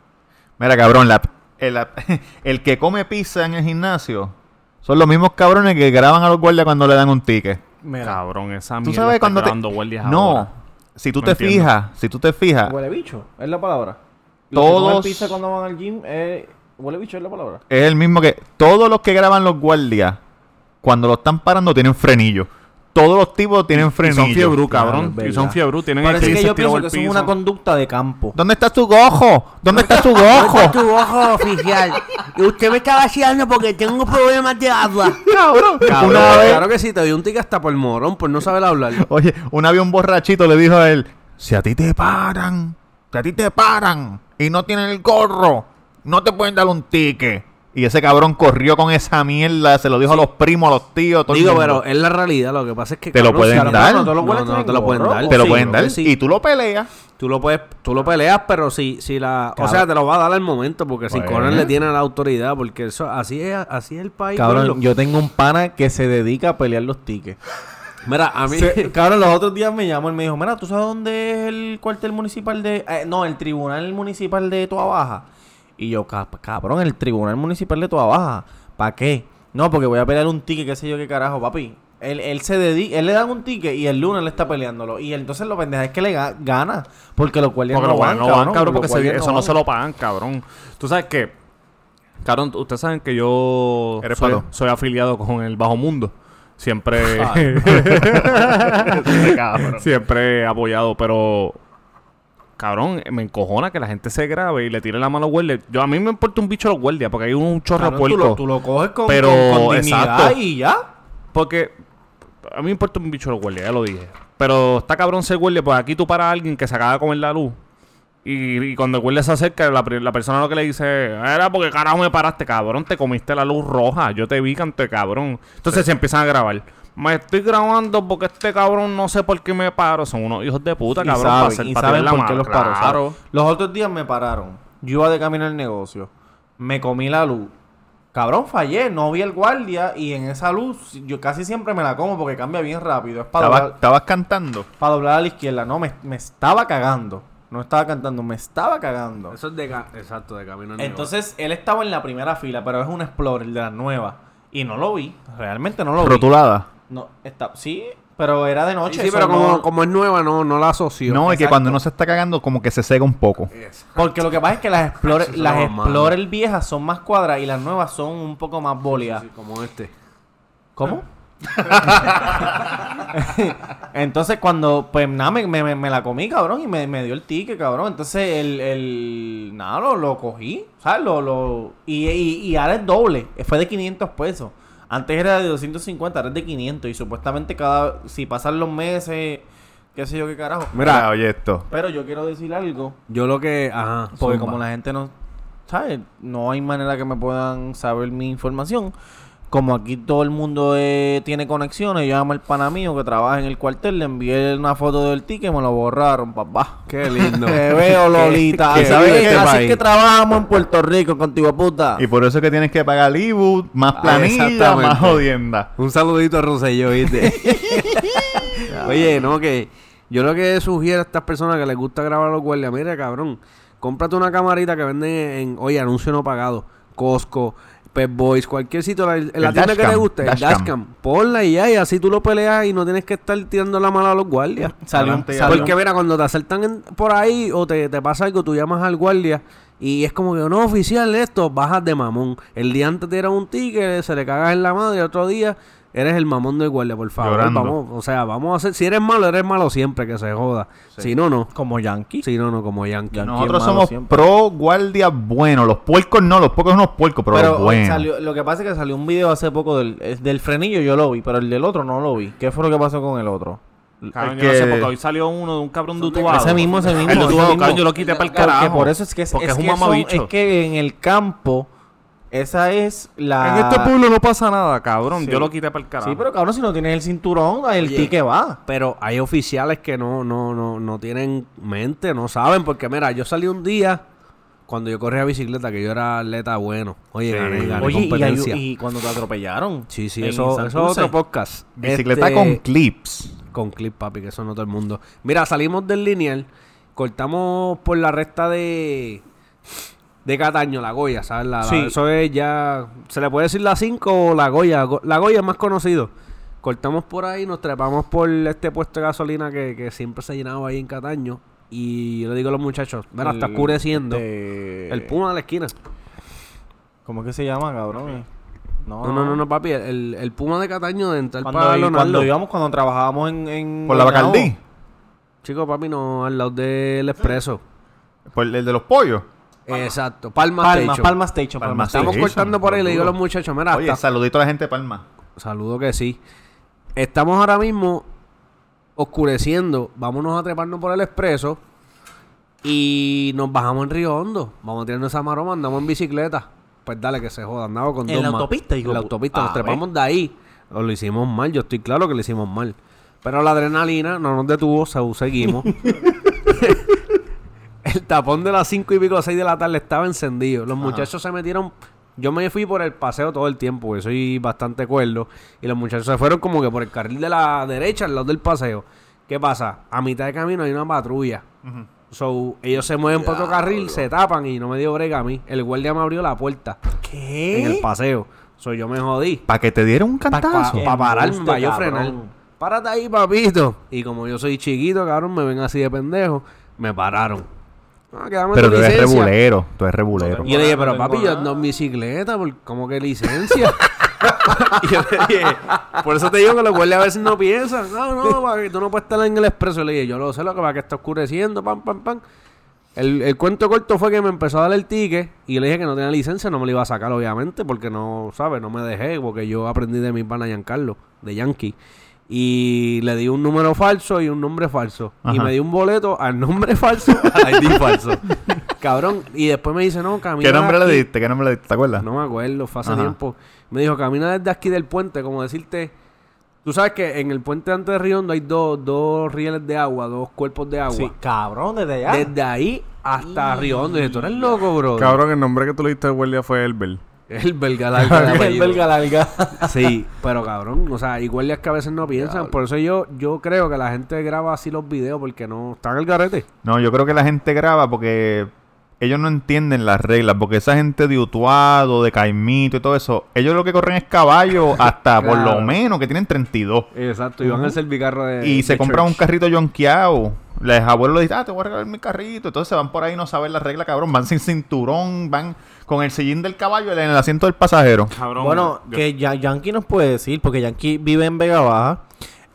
Mira, cabrón, la- el, la- [laughs] el que come pizza en el gimnasio son los mismos cabrones que graban a los guardias cuando le dan un ticket.
Mira,
Cabrón, esa
Tú
mierda
sabes
está
cuando te...
grabando guardias
No,
ahora.
si tú
No
te
entiendo.
fijas, si tú te fijas,
huele bicho, es la palabra. Los que comen
todos
pizza cuando van al gym, eh, huele bicho, es la palabra.
es el mismo que todos los que graban los guardias cuando lo están parando tienen frenillo. Todos los tipos tienen
Y
frenillo.
son fiebru, cabrón.
Claro, es
y son
verdad.
fiebru. Tienen
Parece que
se
yo
tiró
pienso
al
que eso es
piso.
una conducta de campo.
¿Dónde está tu gojo? ¿Dónde está
[laughs]
tu gojo?
tu ojo oficial. Usted me está vaciando porque tengo problemas de agua.
cabrón.
Cabrón,
Una vez,
Claro que sí, te doy un tic hasta por morón, por no saber hablar.
oye, una vez un borrachito le dijo a él, si a ti te paran, si a ti te paran y no tienen el gorro, no te pueden dar un ticket. Y ese cabrón corrió con esa mierda, se lo dijo a los primos, a los tíos, a todo el
Digo,
mundo.
pero es la realidad, lo que pasa es que...
Te lo pueden
a
dar.
mejor No, te lo,
No, no,
te lo pueden dar.
te lo
Sí,
pueden
creo
dar
que sí.
y tú lo peleas.
[laughs] Tú lo puedes, tú lo peleas, pero si, si la, o sea, te lo va a dar al momento, porque si
Bueno.
Conan le tiene la autoridad, porque eso, así es, así es el país.
Cabrón,
gordo.
yo tengo un pana que se dedica a pelear los tickets.
mira, a mí,
Se- cabrón, los otros días me llamó y me dijo, mira, ¿tú sabes dónde es el cuartel municipal de... eh, no, el tribunal municipal de Toa Baja? Y yo, "Ca- cabrón, el tribunal municipal de Toa Baja, ¿para qué? No, porque voy a pelear un ticket, qué sé yo, qué carajo, papi. Él, él se dedica, él le dan un ticket y el lunes le está peleándolo. Y entonces lo pendeja es que le ga- gana, porque los guardias
Porque
no
los
van,
guardias no van, cabrón,
los
porque se-
guardias
eso no
van.
se lo pagan, cabrón. Tú sabes que, cabrón, t- ustedes saben que yo
Eres
soy,
pato.
soy afiliado con el Bajo Mundo. Siempre,
[laughs] Ah,
[laughs] siempre he apoyado, pero cabrón, me encojona que la gente se grabe y le tire la mano a los guardias. Yo a mí me importa un bicho los guardias, porque hay un chorro
Cabrón, tú,
puerco.
lo, tú lo coges con,
Pero,
con- con dignidad
exacto.
y ya.
Porque a mí me importa un bicho los guardias, ya lo dije. Pero está cabrón ser guardia, pues aquí tú paras a alguien que se acaba de comer la luz. Y, y cuando el guardia se acerca, la, pri- la persona lo que le dice era porque carajo me paraste, cabrón, te comiste la luz roja, yo te vi canto de cabrón. Entonces se empiezan a grabar. Me estoy grabando porque este cabrón no sé por qué me paro. Son unos hijos de puta,
Y
cabrón,
saben-
para hacer-
y
para
saben
tirar la
por qué
mano.
los paró, ¿sabes?
Claro.
Los otros días me pararon. Yo iba de camino al negocio. Me comí la luz. Cabrón, fallé. No vi el guardia. Y en esa luz, yo casi siempre me la como porque cambia bien rápido. Es para
Estabas
doblar,
estabas cantando.
pa' doblar a la izquierda. No, me, me estaba cagando. No estaba cantando, me estaba
[laughs]
cagando.
eso es de, ca- exacto, de camino. al negocio.
Entonces, él estaba en la primera fila, pero es un Explorer de las nuevas. Y no lo vi. Realmente no lo vi.
Rotulada.
No, está, sí, pero era de noche.
sí, sí,
eso
pero como,
no-
como es nueva, no, no la asocio.
No, es que
exacto.
cuando uno se está cagando, como que se cega un poco.
Yes.
Porque lo que pasa es que las Explorer,
Eso
las
estaba mal.
Explorer viejas son más cuadras y las nuevas son un poco más bólidas.
Sí, como este.
¿Cómo?
Ah.
[laughs] Entonces cuando, pues nada, me, me- me- me la comí, cabrón, y me, me dio el ticket, cabrón. Entonces el, el nada, lo, lo cogí, ¿sabes? Lo, lo, y, y, y ahora es doble, fue de 500 pesos. Antes era de 250, ahora es de 500 y supuestamente cada, si pasan los meses, qué sé yo qué carajo.
Mira, oye esto.
Pero yo quiero decir algo.
Yo lo que, ajá.
Porque
zumba.
como la gente no sabe, no hay manera que me puedan saber mi información. Como aquí todo el mundo eh, tiene conexiones, yo llamo al pana mío que trabaja en el cuartel, le envié una foto del ticket, me lo borraron, papá.
Qué lindo.
[laughs] Te veo,
[laughs]
Lolita.
qué
Así
bien
que-
este
así
país.
que trabajamos en Puerto Rico contigo, puta.
Y por eso es que tienes que pagar el IBU, más planilla,
exactamente.
más jodienda. [laughs]
Un saludito a Rosselló, ¿viste? Oye, no, que Yo lo que sugiero a estas personas que les gusta grabar los guardias, mira, cabrón, cómprate una camarita que venden en, oye, anuncio no pagado, Costco, Pet Boys, cualquier sitio, la, en la
El
tienda que te
dashcam,
guste, el
dashcam.
dashcam, ponla y ya, y así tú lo peleas y no tienes que estar tirando la mala a los guardias.
Salió, un-
Adelante,
salió
Porque mira, cuando te asaltan en- por ahí o te, te pasa algo, tú llamas al guardia y es como que no oficial esto, bajas de mamón. El día antes te dieron un ticket, se le cagas en la madre, el otro día eres el mamón del guardia, por favor.
Llorando.
Vamos, o sea, vamos a hacer, si eres malo, eres malo siempre, que se joda. Si no, no.
como Yankee.
Si no, no, como Yankee.
Ya no.
Nosotros
malo
somos
siempre.
pro guardia bueno. Los puercos no, los puercos son unos puercos, pero,
Pero
los
hoy
buenos.
salió- lo que pasa es que salió un video hace poco del, es del frenillo, yo lo vi, pero el del otro no lo vi. ¿Qué fue lo que pasó con el otro?
Cabrón,
El
yo no sé,
que-
porque hoy salió uno de un cabrón de Utuado.
Ese mismo, ese mismo.
El de
ese
Utuado,
mismo.
cabrón, yo lo quité para el
Porque
carajo.
por eso es que es,
Porque
es
es un
que eso-
mamabicho.
es que en el campo, esa es la.
En este pueblo no pasa nada, cabrón.
Sí.
Yo lo quité para el carajo.
Sí, pero cabrón, si no tienes el cinturón, el
Oye.
tique va.
Pero hay oficiales que no, no, no, no tienen mente, no saben, porque mira, yo salí un día cuando yo corría bicicleta, que yo era atleta bueno. Oye,
Sí.
gané, gané
Oye, y, ayu-
competencia.
y cuando te atropellaron.
Sí, sí,
en
eso, eso
Santurce.
es otro podcast.
Bicicleta
Este,
con clips.
con clip, papi, que eso no todo el mundo. Mira, salimos del lineal, cortamos por la recta de de Cataño, la Goya, ¿sabes? La- la-
Sí.
Eso es ya, se le puede decir la 5 o la Goya, Go- la Goya es más conocido. Cortamos por ahí, nos trepamos por este puesto de gasolina que, que siempre se llenaba ahí en Cataño. Y yo le digo a los muchachos, mira, está
El-
oscureciendo.
este-
El puma de la esquina.
¿Cómo es que se llama, cabrón?
No, no, no, no, papi, el, el puma de Cataño de entrar
Cuando,
para
y-
Leonardo.
cuando íbamos, cuando trabajábamos en. en
Por la
Guaynabo.
Bacardí.
Chico, papi, no, al lado del expreso.
Por el de los pollos.
Exacto, Palma,
Palmas,
Station.
Palmas Station.
Palmas
Palmas
Station.
Estamos
Sí,
cortando
son
por ahí, le digo a los
duros.
muchachos, mira,
Oye,
hasta-
saludito a la gente de Palma.
saludo que sí. Estamos ahora mismo oscureciendo, vámonos a treparnos por el expreso y nos bajamos en Río Hondo. Vamos tirando esa maroma, andamos en bicicleta. Pues dale que se joda, andamos con
¿En
dos
la
más.
autopista, hijo
En la
de pu- Ah, pues.
autopista, nos
A
trepamos de ahí. O lo hicimos mal, yo estoy claro que lo hicimos mal. Pero la adrenalina no nos detuvo, se- seguimos. El tapón de las 5 y pico, 6 de la tarde estaba encendido. Los muchachos se metieron. Yo me fui por el paseo todo el tiempo, porque soy bastante cuerdo. Y los muchachos se fueron como que por el carril de la derecha, al lado del paseo. ¿Qué pasa? A mitad de camino hay una patrulla. So, ellos se mueven por otro carril, se tapan y no me dio brega a mí. El guardia me abrió la puerta
¿Qué?
en el paseo. So, yo me jodí.
Para que te dieran un
Para
cantazo.
pa-
pararme,
Embuste,
para yo
cabrón.
frenar. Párate ahí, papito. Y como yo soy chiquito, cabrón, me ven así de pendejo. Me pararon. Ah, que dame
Pero
tu
tú eres
licencia.
rebulero. Tú eres rebulero.
Y yo le dije, pero
No tengo
papi, yo
nada.
ando en bicicleta, ¿por- ¿cómo que licencia? [laughs] y yo le dije, por eso te digo que los guardias a veces no piensan. No, no, pa, que tú no puedes estar en el expreso. Y le dije, yo lo sé, lo que va que está oscureciendo, pam, pam, pam. El, el cuento corto fue que me empezó a dar el ticket y yo le dije que no tenía licencia, no me lo iba a sacar, obviamente, porque no, ¿sabes? No me dejé, porque yo aprendí de mi pana Giancarlo, de Yankee. Y le di un número falso y un nombre falso. Y
Ajá.
me di un boleto al nombre [laughs] falso, al ID falso. Cabrón. Y después me dice, no, camina.
¿Qué nombre le
aquí".
diste? ¿Qué nombre le diste? ¿Te acuerdas?
No me acuerdo, fue hace
Ajá.
tiempo. Me dijo, camina desde aquí del puente, como decirte. Tú sabes que en el puente antes de Riondo hay dos, dos rieles de agua, dos cuerpos de agua.
Sí, cabrón, desde allá. [laughs]
Desde ahí hasta Riondo. Y dije, tú eres loco, bro.
Cabrón, el nombre que tú le diste al guardia fue Elber.
El belga largo de
el
apellido.
belga larga.
Sí, pero cabrón, o sea, igual es que a veces no piensan. Por eso yo, yo creo que la gente graba así los videos porque no están al garete.
No, yo creo que la gente graba porque ellos no entienden las reglas, porque esa gente de Utuado, de Caimito y todo eso, ellos lo que corren
[laughs]
es caballo hasta por
Claro.
lo menos que tienen 32.
Exacto, y van al servicarro de.
Y se
de
compran un
church.
carrito yonqueado. Les abuelos le dicen, ah, te voy a regalar mi carrito. Entonces se van por ahí y no saben las reglas, cabrón. Van sin cinturón, van con el sillín del caballo en el asiento del pasajero.
Cabrón,
Bueno,
yo-
que ya- Yankee nos puede decir, porque Yankee vive en Vega Baja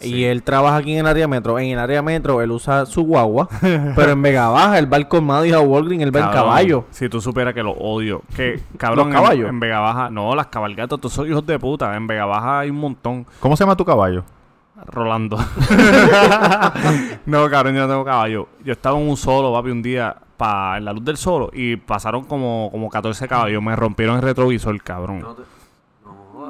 y él trabaja aquí en el área metro. En el área metro él usa su
[laughs]
guagua, pero en Vega Baja él va al colmado y a Walgreens, él va en
Cabrón,
caballo.
Si tú supieras que lo odio. Que, cabrón,
¿Los caballos?
En, en Vega Baja. No, las cabalgatas, tú sos hijos de puta. En Vega Baja hay un montón.
¿Cómo se llama tu caballo?
Rolando.
[laughs]
no, cabrón, yo no tengo caballo. Yo estaba en un solo, papi, un día pa, en la luz del solo y pasaron como, como 14 caballos. Me rompieron el retrovisor, cabrón.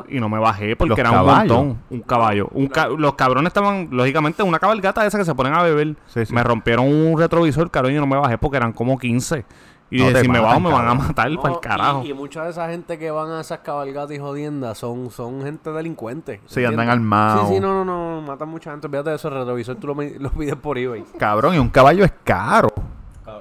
Y no me bajé porque
Los
era
caballos.
un montón. Un caballo. Un ca- los cabrones estaban, lógicamente, una cabalgata de esas que se ponen a beber.
Sí, sí.
Me rompieron un retrovisor, cabrón, y yo no me bajé porque eran como 15. Y
No te
decir, me bajo,
matan,
me van a
cabrón.
matar
No,
para el carajo.
Y, y mucha de esa gente que van a esas cabalgatas y jodiendas son, son gente delincuente.
Sí, andan
¿entiendes?
armados.
Sí, sí, no, no, no, matan mucha gente. Fíjate de eso, el retrovisor tú lo, mi- [laughs] lo pides por eBay.
Cabrón, y un caballo es caro.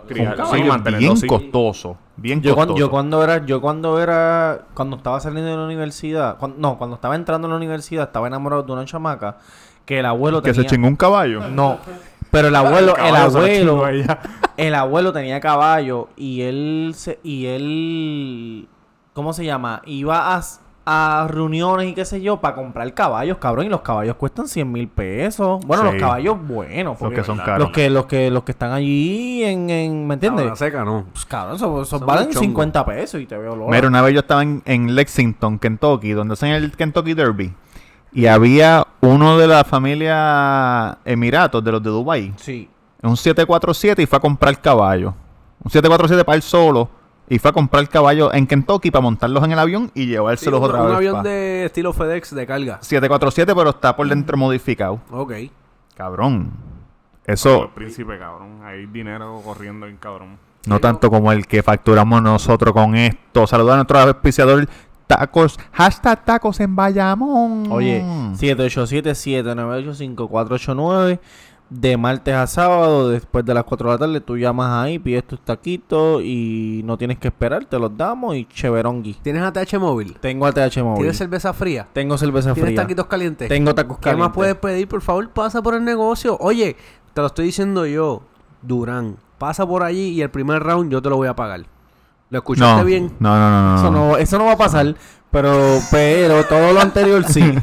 Criar-
Un
sí,
caballo es
mantenerlo,
bien
sí.
costoso. Bien
Yo
costoso.
cuando, yo cuando era, yo cuando era, cuando estaba saliendo de la universidad, cuan- no, cuando estaba entrando a la universidad, estaba enamorado de una chamaca que el abuelo
que
tenía.
se chingó un caballo.
No, pero el abuelo, el
Caballo se lo
abuelo,
chingó a ella.
el abuelo tenía caballo y él, se, y él, ¿cómo se llama? Iba a, s- a reuniones y qué sé yo para comprar caballos, cabrón, y los caballos cuestan 100 mil pesos. Bueno,
Sí.
los caballos buenos,
Los que son
¿verdad?
caros.
Los que, los que, los que están allí en, en ¿me entiendes?
Ahora seca, no.
Pues cabrón, esos, esos
Son
valen
muy chongos.
50 pesos y te veo loco.
Mira, una vez yo estaba en, en Lexington, Kentucky, donde hacen el Kentucky Derby. Y había uno de la familia Emiratos, de los de Dubai.
Sí.
Un 747 y fue a comprar caballo. Un 747 para él solo. Y fue a comprar caballo en Kentucky para montarlos en el avión y llevárselos
un,
otra
un
vez.
avión
pa-
de estilo FedEx de carga.
747, pero está por dentro modificado.
Ok.
Cabrón. Eso
El príncipe, cabrón. Hay dinero corriendo en cabrón.
no tanto como el que facturamos nosotros con esto. Saludar a nuestro auspiciador Tacos. Hashtag Tacos en Bayamón.
Oye,
Mm.
787-798-5489. De martes a sábado, después de las 4 de la tarde, tú llamas ahí, pides tus taquitos y no tienes que esperar, te los damos y cheverongui.
¿Tienes ATH móvil?
Tengo ATH móvil.
¿Tienes cerveza fría?
Tengo cerveza
¿Tienes
fría.
taquitos calientes?
Tengo tacos
¿Qué
calientes.
más puedes pedir? Por favor, pasa por el negocio. Oye, te lo estoy diciendo yo, Durán. Pasa por allí y el primer round yo te lo voy a pagar. ¿Lo escuchaste
no,
bien?
No, no, no, no,
Ah.
Eso no, eso no va a pasar, pero, pero todo lo
[laughs]
anterior sí.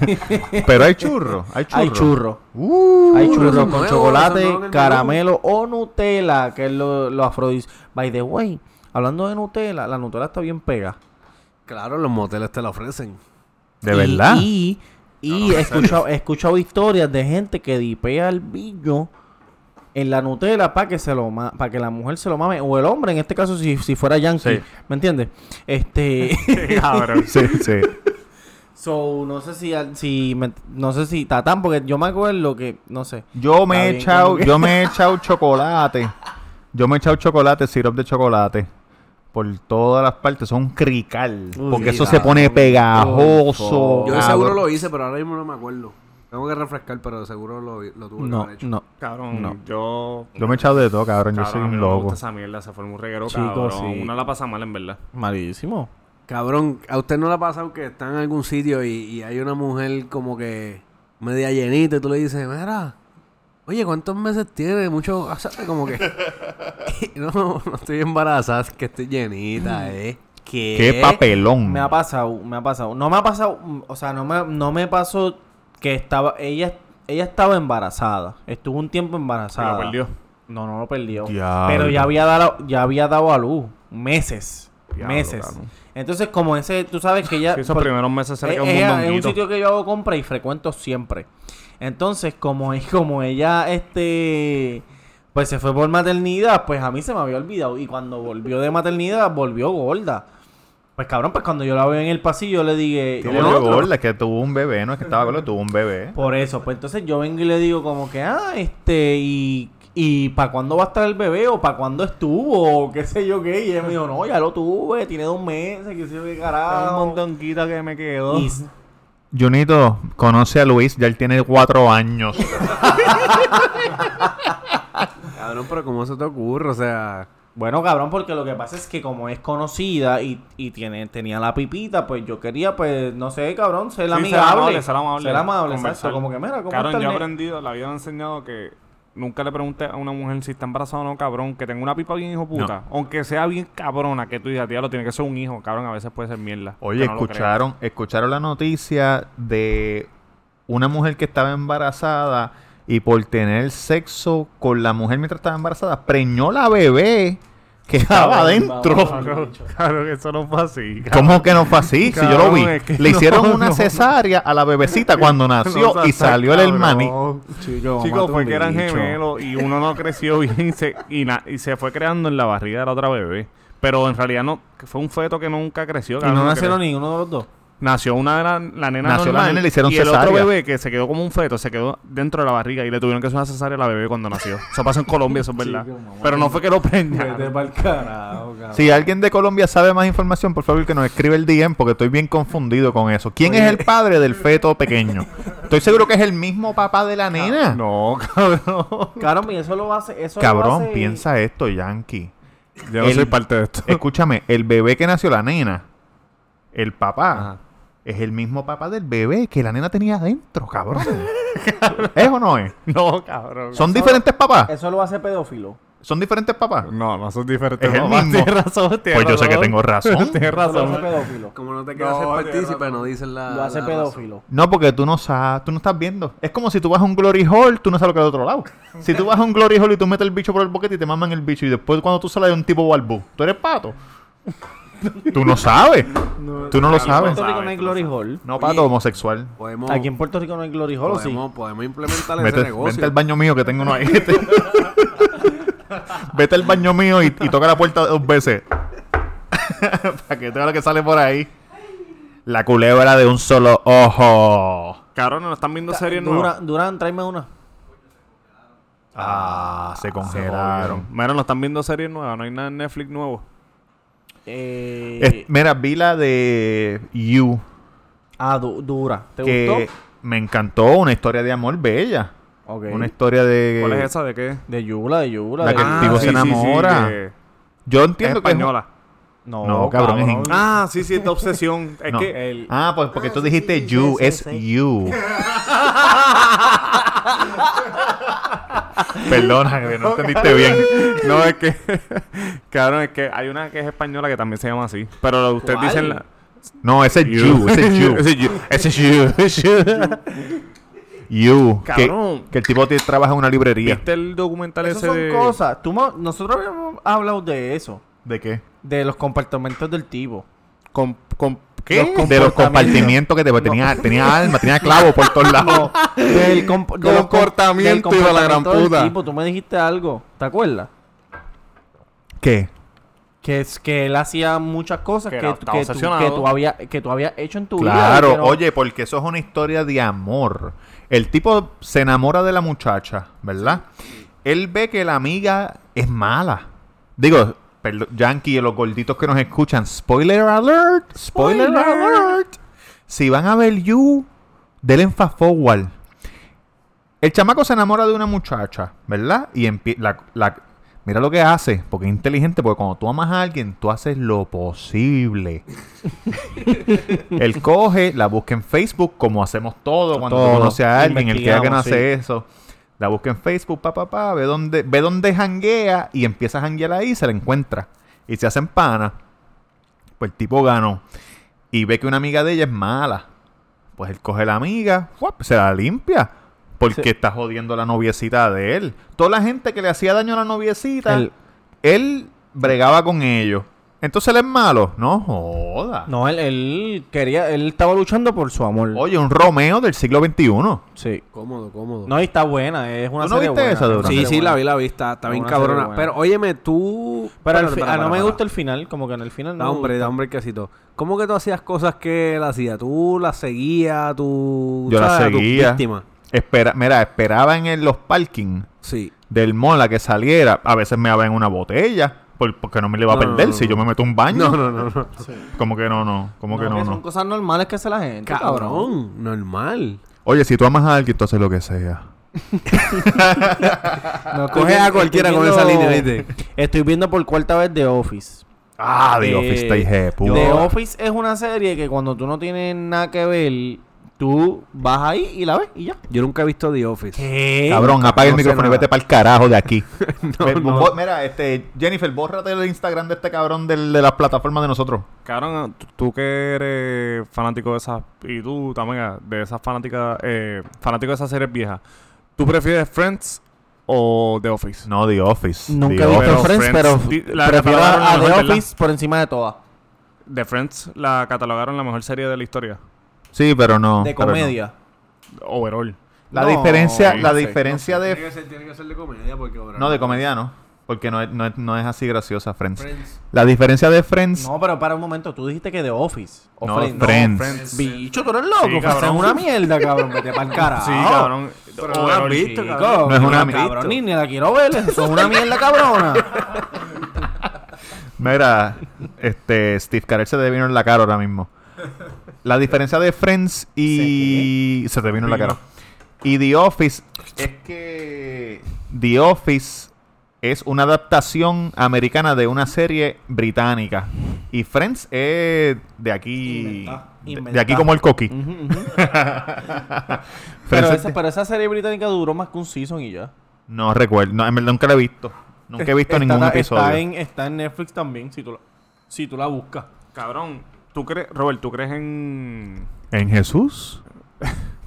Pero hay churro, hay churro.
Hay churro.
Uh,
Hay
Uh,
churros
eso
con
es nuevo, eso
chocolate,
es nuevo en el
caramelo o Nutella, que es lo, lo afrodis. By the way, hablando de Nutella, la Nutella está bien pega.
Claro, los moteles te la ofrecen.
de
Y-
verdad.
Y, y he, escuchado, he escuchado historias de gente que dipea el billo en la Nutella para que se lo para que la mujer se lo mame o el hombre en este caso si, si fuera yankee,
Sí.
¿me entiendes? [laughs] Este
[laughs] cabrón.
Sí, sí.
so no sé si al- si me- no sé si tatán porque yo me acuerdo que no sé.
Yo me
Está
he
bien,
echado,
como que-
yo me he echado chocolate. Yo me he echado chocolate, sirope de chocolate. Por todas las partes, son crical.
Uy,
porque eso
sí,
se pone
por
pegajoso.
Yo de
Ah,
cabrón.
seguro lo hice, pero ahora mismo no me acuerdo. Tengo que refrescar, pero de seguro lo, lo tuve que
No,
haber hecho.
no.
Cabrón, yo...
Yo me he echado de todo, cabrón.
Cabrón,
yo soy
a mí
un
no me gusta
loco.
esa mierda, se forma un reguero,
Chico,
cabrón.
sí.
Una la pasa mal, en verdad.
Malísimo.
Cabrón, ¿a usted no le ha pasado que está en algún sitio y, y hay una mujer como que media llenita y tú le dices, mira, oye, ¿cuántos meses tiene? Mucho, o sea, como que... [laughs] no, no, no estoy embarazada, es que estoy
Mm.
llenita, ¿eh? ¿Qué?
Qué papelón.
Me ha pasado, me ha pasado. No me ha pasado, mm, o sea, no me, no me pasó que estaba, ella, ella estaba embarazada. Estuvo un tiempo
Se
embarazada.
lo perdió.
No, no lo perdió.
Diablo.
Pero ya había dado, ya había dado a luz. Meses.
Diablo,
meses.
cabrón.
Entonces, como ese, tú sabes que
[laughs]
ella.
Sí, esos
por-
primeros meses se le
es,
queda un
es- es eh, un
mondonguito.
sitio que yo hago compra y frecuento siempre. Entonces, como, [laughs] como ella, este, pues se fue por maternidad, pues a mí se me había olvidado. Y cuando volvió de maternidad, volvió gorda. Pues cabrón, pues cuando yo la veo en el pasillo, le dije,
Tiene
"Yo,
lo gorda, es que tuvo un bebé, no es que estaba gorda, tuvo un bebé.
por eso, pues entonces yo vengo y le digo como que, ah, este, y, y ¿para cuándo va a estar el bebé? ¿O para cuándo estuvo? O qué sé yo qué. Y ella me dijo, no, ya lo tuve, tiene dos meses, qué sé yo qué
Ah, Un
carajo.
mondonguito que me quedó.
Y,
Junito conoce a Luis, ya él tiene cuatro años.
Cabrón, pero ¿cómo se te ocurre? O sea...
bueno, cabrón, porque lo que pasa es que como es conocida y, y tiene, tenía la pipita, pues yo quería, pues, no sé, cabrón, ser
Sí, ser
amigable.
ser amable.
Ser amable,
Conversar.
exacto. Como que, mira, ¿cómo
Cabrón,
está el
yo he
ne-?"
aprendido, la vida me ha enseñado que nunca le pregunté a una mujer si está embarazada o no, cabrón. Que tenga una pipa bien hijo puta. Aunque sea bien cabrona, que tú digas, lo tiene que ser un hijo, cabrón. A veces puede ser mierda.
Oye,
que no lo creas.
escucharon, escucharon la noticia de una mujer que estaba embarazada y por tener sexo con la mujer mientras estaba embarazada, preñó la bebé que estaba adentro.
Cabrón,
[laughs]
cabrón, eso no fue así. cabrón.
¿Cómo que no fue así? Si yo lo vi.
Cabrón, es que
Le hicieron
no,
una
no.
cesárea a la
[laughs]
bebecita cuando
No
nació
seas
y salió el
cabrón.
hermanito.
Chico,
Chicos,
mata
fue
un
que eran
bicho.
gemelos y uno no creció [laughs] bien y se, y, na- y se fue creando en la barriga de la otra bebé. Pero en realidad no, que fue un feto que nunca creció.
Y
cabrón,
no
que-
nacieron ninguno de los dos.
Nació una de la, la nena
Nació la
normal,
nena y le hicieron
y el otro
cesárea.
bebé que se quedó como un feto, se quedó dentro de la barriga y le tuvieron que hacer una cesárea a la bebé cuando nació. Eso pasó en Colombia, eso es verdad. Pero no fue que lo
Vete
preñaron.
pa'l [laughs] carajo, cabrón.
Si alguien de Colombia sabe más información, por favor que nos escribe el DM porque estoy bien confundido con eso. ¿Quién es el padre del feto pequeño? Estoy seguro que es el mismo papá de la nena.
No, cabrón.
Cabrón, y pues, eso lo hace. Eso lo
Cabrón,
hace-
piensa
[laughs]
esto, Yankee.
Yo no
El-
soy parte de esto.
Escúchame, el bebé que nació la nena, el papá,
Ajá.
es el mismo papá del bebé que la nena tenía adentro, cabrón. [laughs] ¿Es o no es?
[laughs] No, cabrón.
¿Son diferentes papás?
Eso lo hace pedófilo.
¿Son diferentes papás?
No, no son diferentes.
Es el
mamás.
mismo.
Tienes razón, tienes
Pues yo sé que
razón.
tengo [laughs] razón.
Tienes
Eso lo hace
razón.
pedófilo.
Como no te quieres
No,
hacer
tienes
partícipe,
razón.
no dices la.
Lo hace
Ah, la razón.
pedófilo.
No, porque tú no sabes, tú no estás viendo. Es como si tú vas a un glory hole, tú no sabes lo que hay del otro lado. Si tú vas a un glory hole y tú metes el bicho por el boquete y te maman el bicho y después cuando tú sales hay un tipo balbú, tú eres [laughs] pato. tú no sabes. tú no lo
Aquí en
sabes.
Puerto Rico no hay Glory Hall.
No, pato homosexual.
Podemos,
Aquí en Puerto Rico no hay Glory Hall, ¿o sí?
podemos, podemos implementar ese
Vete, vente
negocio.
al baño mío que tengo uno ahí. este. vete al baño mío y, y toca la puerta dos veces. [laughs] Para que te vea lo que sale por ahí. La culebra de un solo ojo.
Cabrón, no están viendo series nuevas.
Durán, Durán, tráeme una.
Ah, se congelaron.
Mira, no están viendo series nuevas, no hay nada en Netflix nuevo.
Eh,
Es- mira, vi la de You,
ah, du- dura. ¿Te
que
gustó?
me encantó, una historia de amor bella.
Ok.
Una historia de...
¿Cuál es esa de qué? Ah,
De Yula, de Yula.
La
de-
que el tipo se enamora.
que-
Yo
es
entiendo que... es un-
española.
No,
No, cabrón, es inglés.
Ah, sí, sí, esta obsesión. Es
No.
que el...
Ah, pues porque tú dijiste You, es You. Perdona, que no entendiste bien.
No, es que. [laughs] Cabrón, es que hay una que es española que también se llama así. Pero ustedes
¿Cuál?
dicen la.
No, ese es You, ese es You.
Ese you.
Ese es You, ese es You. You. Que,
Cabrón.
que el tipo te- trabaja en una librería.
¿Viste el documental
Esas
ese
son
de.
cosas. Tú, mo- nosotros habíamos hablado de eso.
¿De qué?
De los comportamientos del tipo.
Con, con- ¿Qué?
Los de los compartimientos que te, tenía, tenía alma, tenía clavo por
[laughs]
todos lados.
[laughs]
Del comp- de los com- del
Comportamiento, hijo de la gran
comportamiento del
puta.
tipo. Tú me dijiste algo. ¿Te acuerdas?
¿Qué?
Que, es, que él hacía muchas cosas
Que
que,
era-
tú-
estaba
que tú,
obsesionado.
que, tú había, que tú habías hecho en tu vida.
Claro,
que no-
oye, porque eso es una historia de amor. El tipo se enamora de la muchacha, ¿verdad? Él ve que la amiga es mala. Digo, perdón, Yankee y los gorditos que nos escuchan, spoiler alert, spoiler, alert. Si van a ver You, denle en fast forward. El chamaco se enamora de una muchacha, ¿verdad? Y empie- la, la- mira lo que hace, porque es inteligente, porque cuando tú amas a alguien, tú haces
[laughs]
lo posible. Él coge, la busca en Facebook, como hacemos todo cuando
Todo.
tú conoces a alguien, el que haga que no
Investigamos, sí.
hace eso. La busca en Facebook, pa, pa, pa, ve dónde, ve dónde janguea y empieza a janguear ahí y se la encuentra. Y se hacen pana. Pues el tipo ganó. Y ve que una amiga de ella es mala. Pues él coge la amiga, ¡guap! se la limpia. Porque
Sí.
está jodiendo a la noviecita de él. Toda la gente que le hacía daño a la noviecita,
El-
él bregaba con ellos. Entonces él es malo. No joda.
No, él, él quería, él estaba luchando por su amor.
Oye, un Romeo del siglo XXI.
Sí.
Cómodo, cómodo.
No, y está buena, es una
¿Tú no
serie
viste
buena.
esa, Durán?
sí,
Pero
sí, la vi, la vi. Está, está
Es
bien
una serie
cabrona.
buena.
Pero óyeme, tú...
Pero al
Para,
fi-
para,
ah, no
para,
me
para.
gusta el final, como que en el final no.
No,
me
hombre,
gusta.
da hombre, quesito. ¿Cómo que tú hacías cosas que él hacía? ¿Tú las seguías? ¿Tú
Yo la
sabes, a tus
seguía.
víctimas?
Espera, mira, esperaba en el- los parkings
Sí.
del mall a que saliera. A veces me daba en una botella. por- Porque no me le va a
No, no,
perder
no,
si
no.
yo me meto un baño.
No, no, no, no.
Como que no, no. Como que
No,
no,
Son
no.
cosas normales que hace la gente. Cabrón.
[laughs] Cabrón, normal.
Oye, si tú amas a alguien, tú haces lo que sea.
No, estoy
Coge a
viendo-
cualquiera
estoy
con esa
viendo-
línea, ¿viste?
Estoy viendo por cuarta vez The Office.
Ah, The
Eh,
Office está hija de puta.
The Office es una serie que cuando tú no tienes nada que ver, tú vas ahí y la ves y ya.
Yo nunca he visto The Office.
¿Qué?
Cabrón, apaga el
no sé
micrófono y
nada.
vete para el carajo de [laughs] aquí. Ve-
no.
bo- Mira, este, Jennifer, bórrate el Instagram de este cabrón del- de las plataformas de nosotros.
Cabrón, tú- tú que eres fanático de esas. Y tú también, ah, de esas fanáticas. Eh, fanático de esas series viejas. ¿Tú prefieres Friends o The Office?
No, The Office.
Nunca
The
he visto
Office.
Office.
Friends,
Pero
pero
Friends, di- la
prefiero
catalogaron
a,
la
The
mejor, ¿verdad?
Office por encima de todas.
The Friends la catalogaron la mejor serie de la historia.
Sí, pero no.
de
pero no.
comedia.
Overall.
La
No,
diferencia,
no
la
sé,
diferencia de...
que ser, de comedia porque...
No, de comedia no. Porque no es, no es- no es así graciosa Friends. La diferencia de Friends...
No, pero para un momento, tú dijiste que de Office. O
No,
Friends.
Friends.
Bicho, tú eres loco.
Sí,
Friends es
cabrón.
una mierda, cabrón. Vete para el carajo.
Sí, cabrón. Oh,
no lo has
Overall,
visto,
chico.
Cabrón,
No es una mierda.
cabrón, ni, ni la quiero ver. Eso es una mierda, cabrona.
Mira, este, Steve Carell se te vino en la cara ahora mismo. La diferencia de Friends y... Se te vino en la cara. Y The Office es que... The Office es una adaptación americana de una serie británica. Y Friends es de aquí...
Inventá.
de- De,
Inventá.
aquí como el coqui.
Ujú,
[laughs]
ujú.
[laughs] Friends
pero,
es
esa,
de-
pero esa serie británica duró más que un season y ya.
No recuerdo. No, en verdad nunca la he visto. Nunca he visto
Está-
ningún
está
episodio.
en- está en Netflix también, si tú la, si tú la buscas.
Cabrón, ¿tú crees, Robert, tú crees en.
¿En Jesús?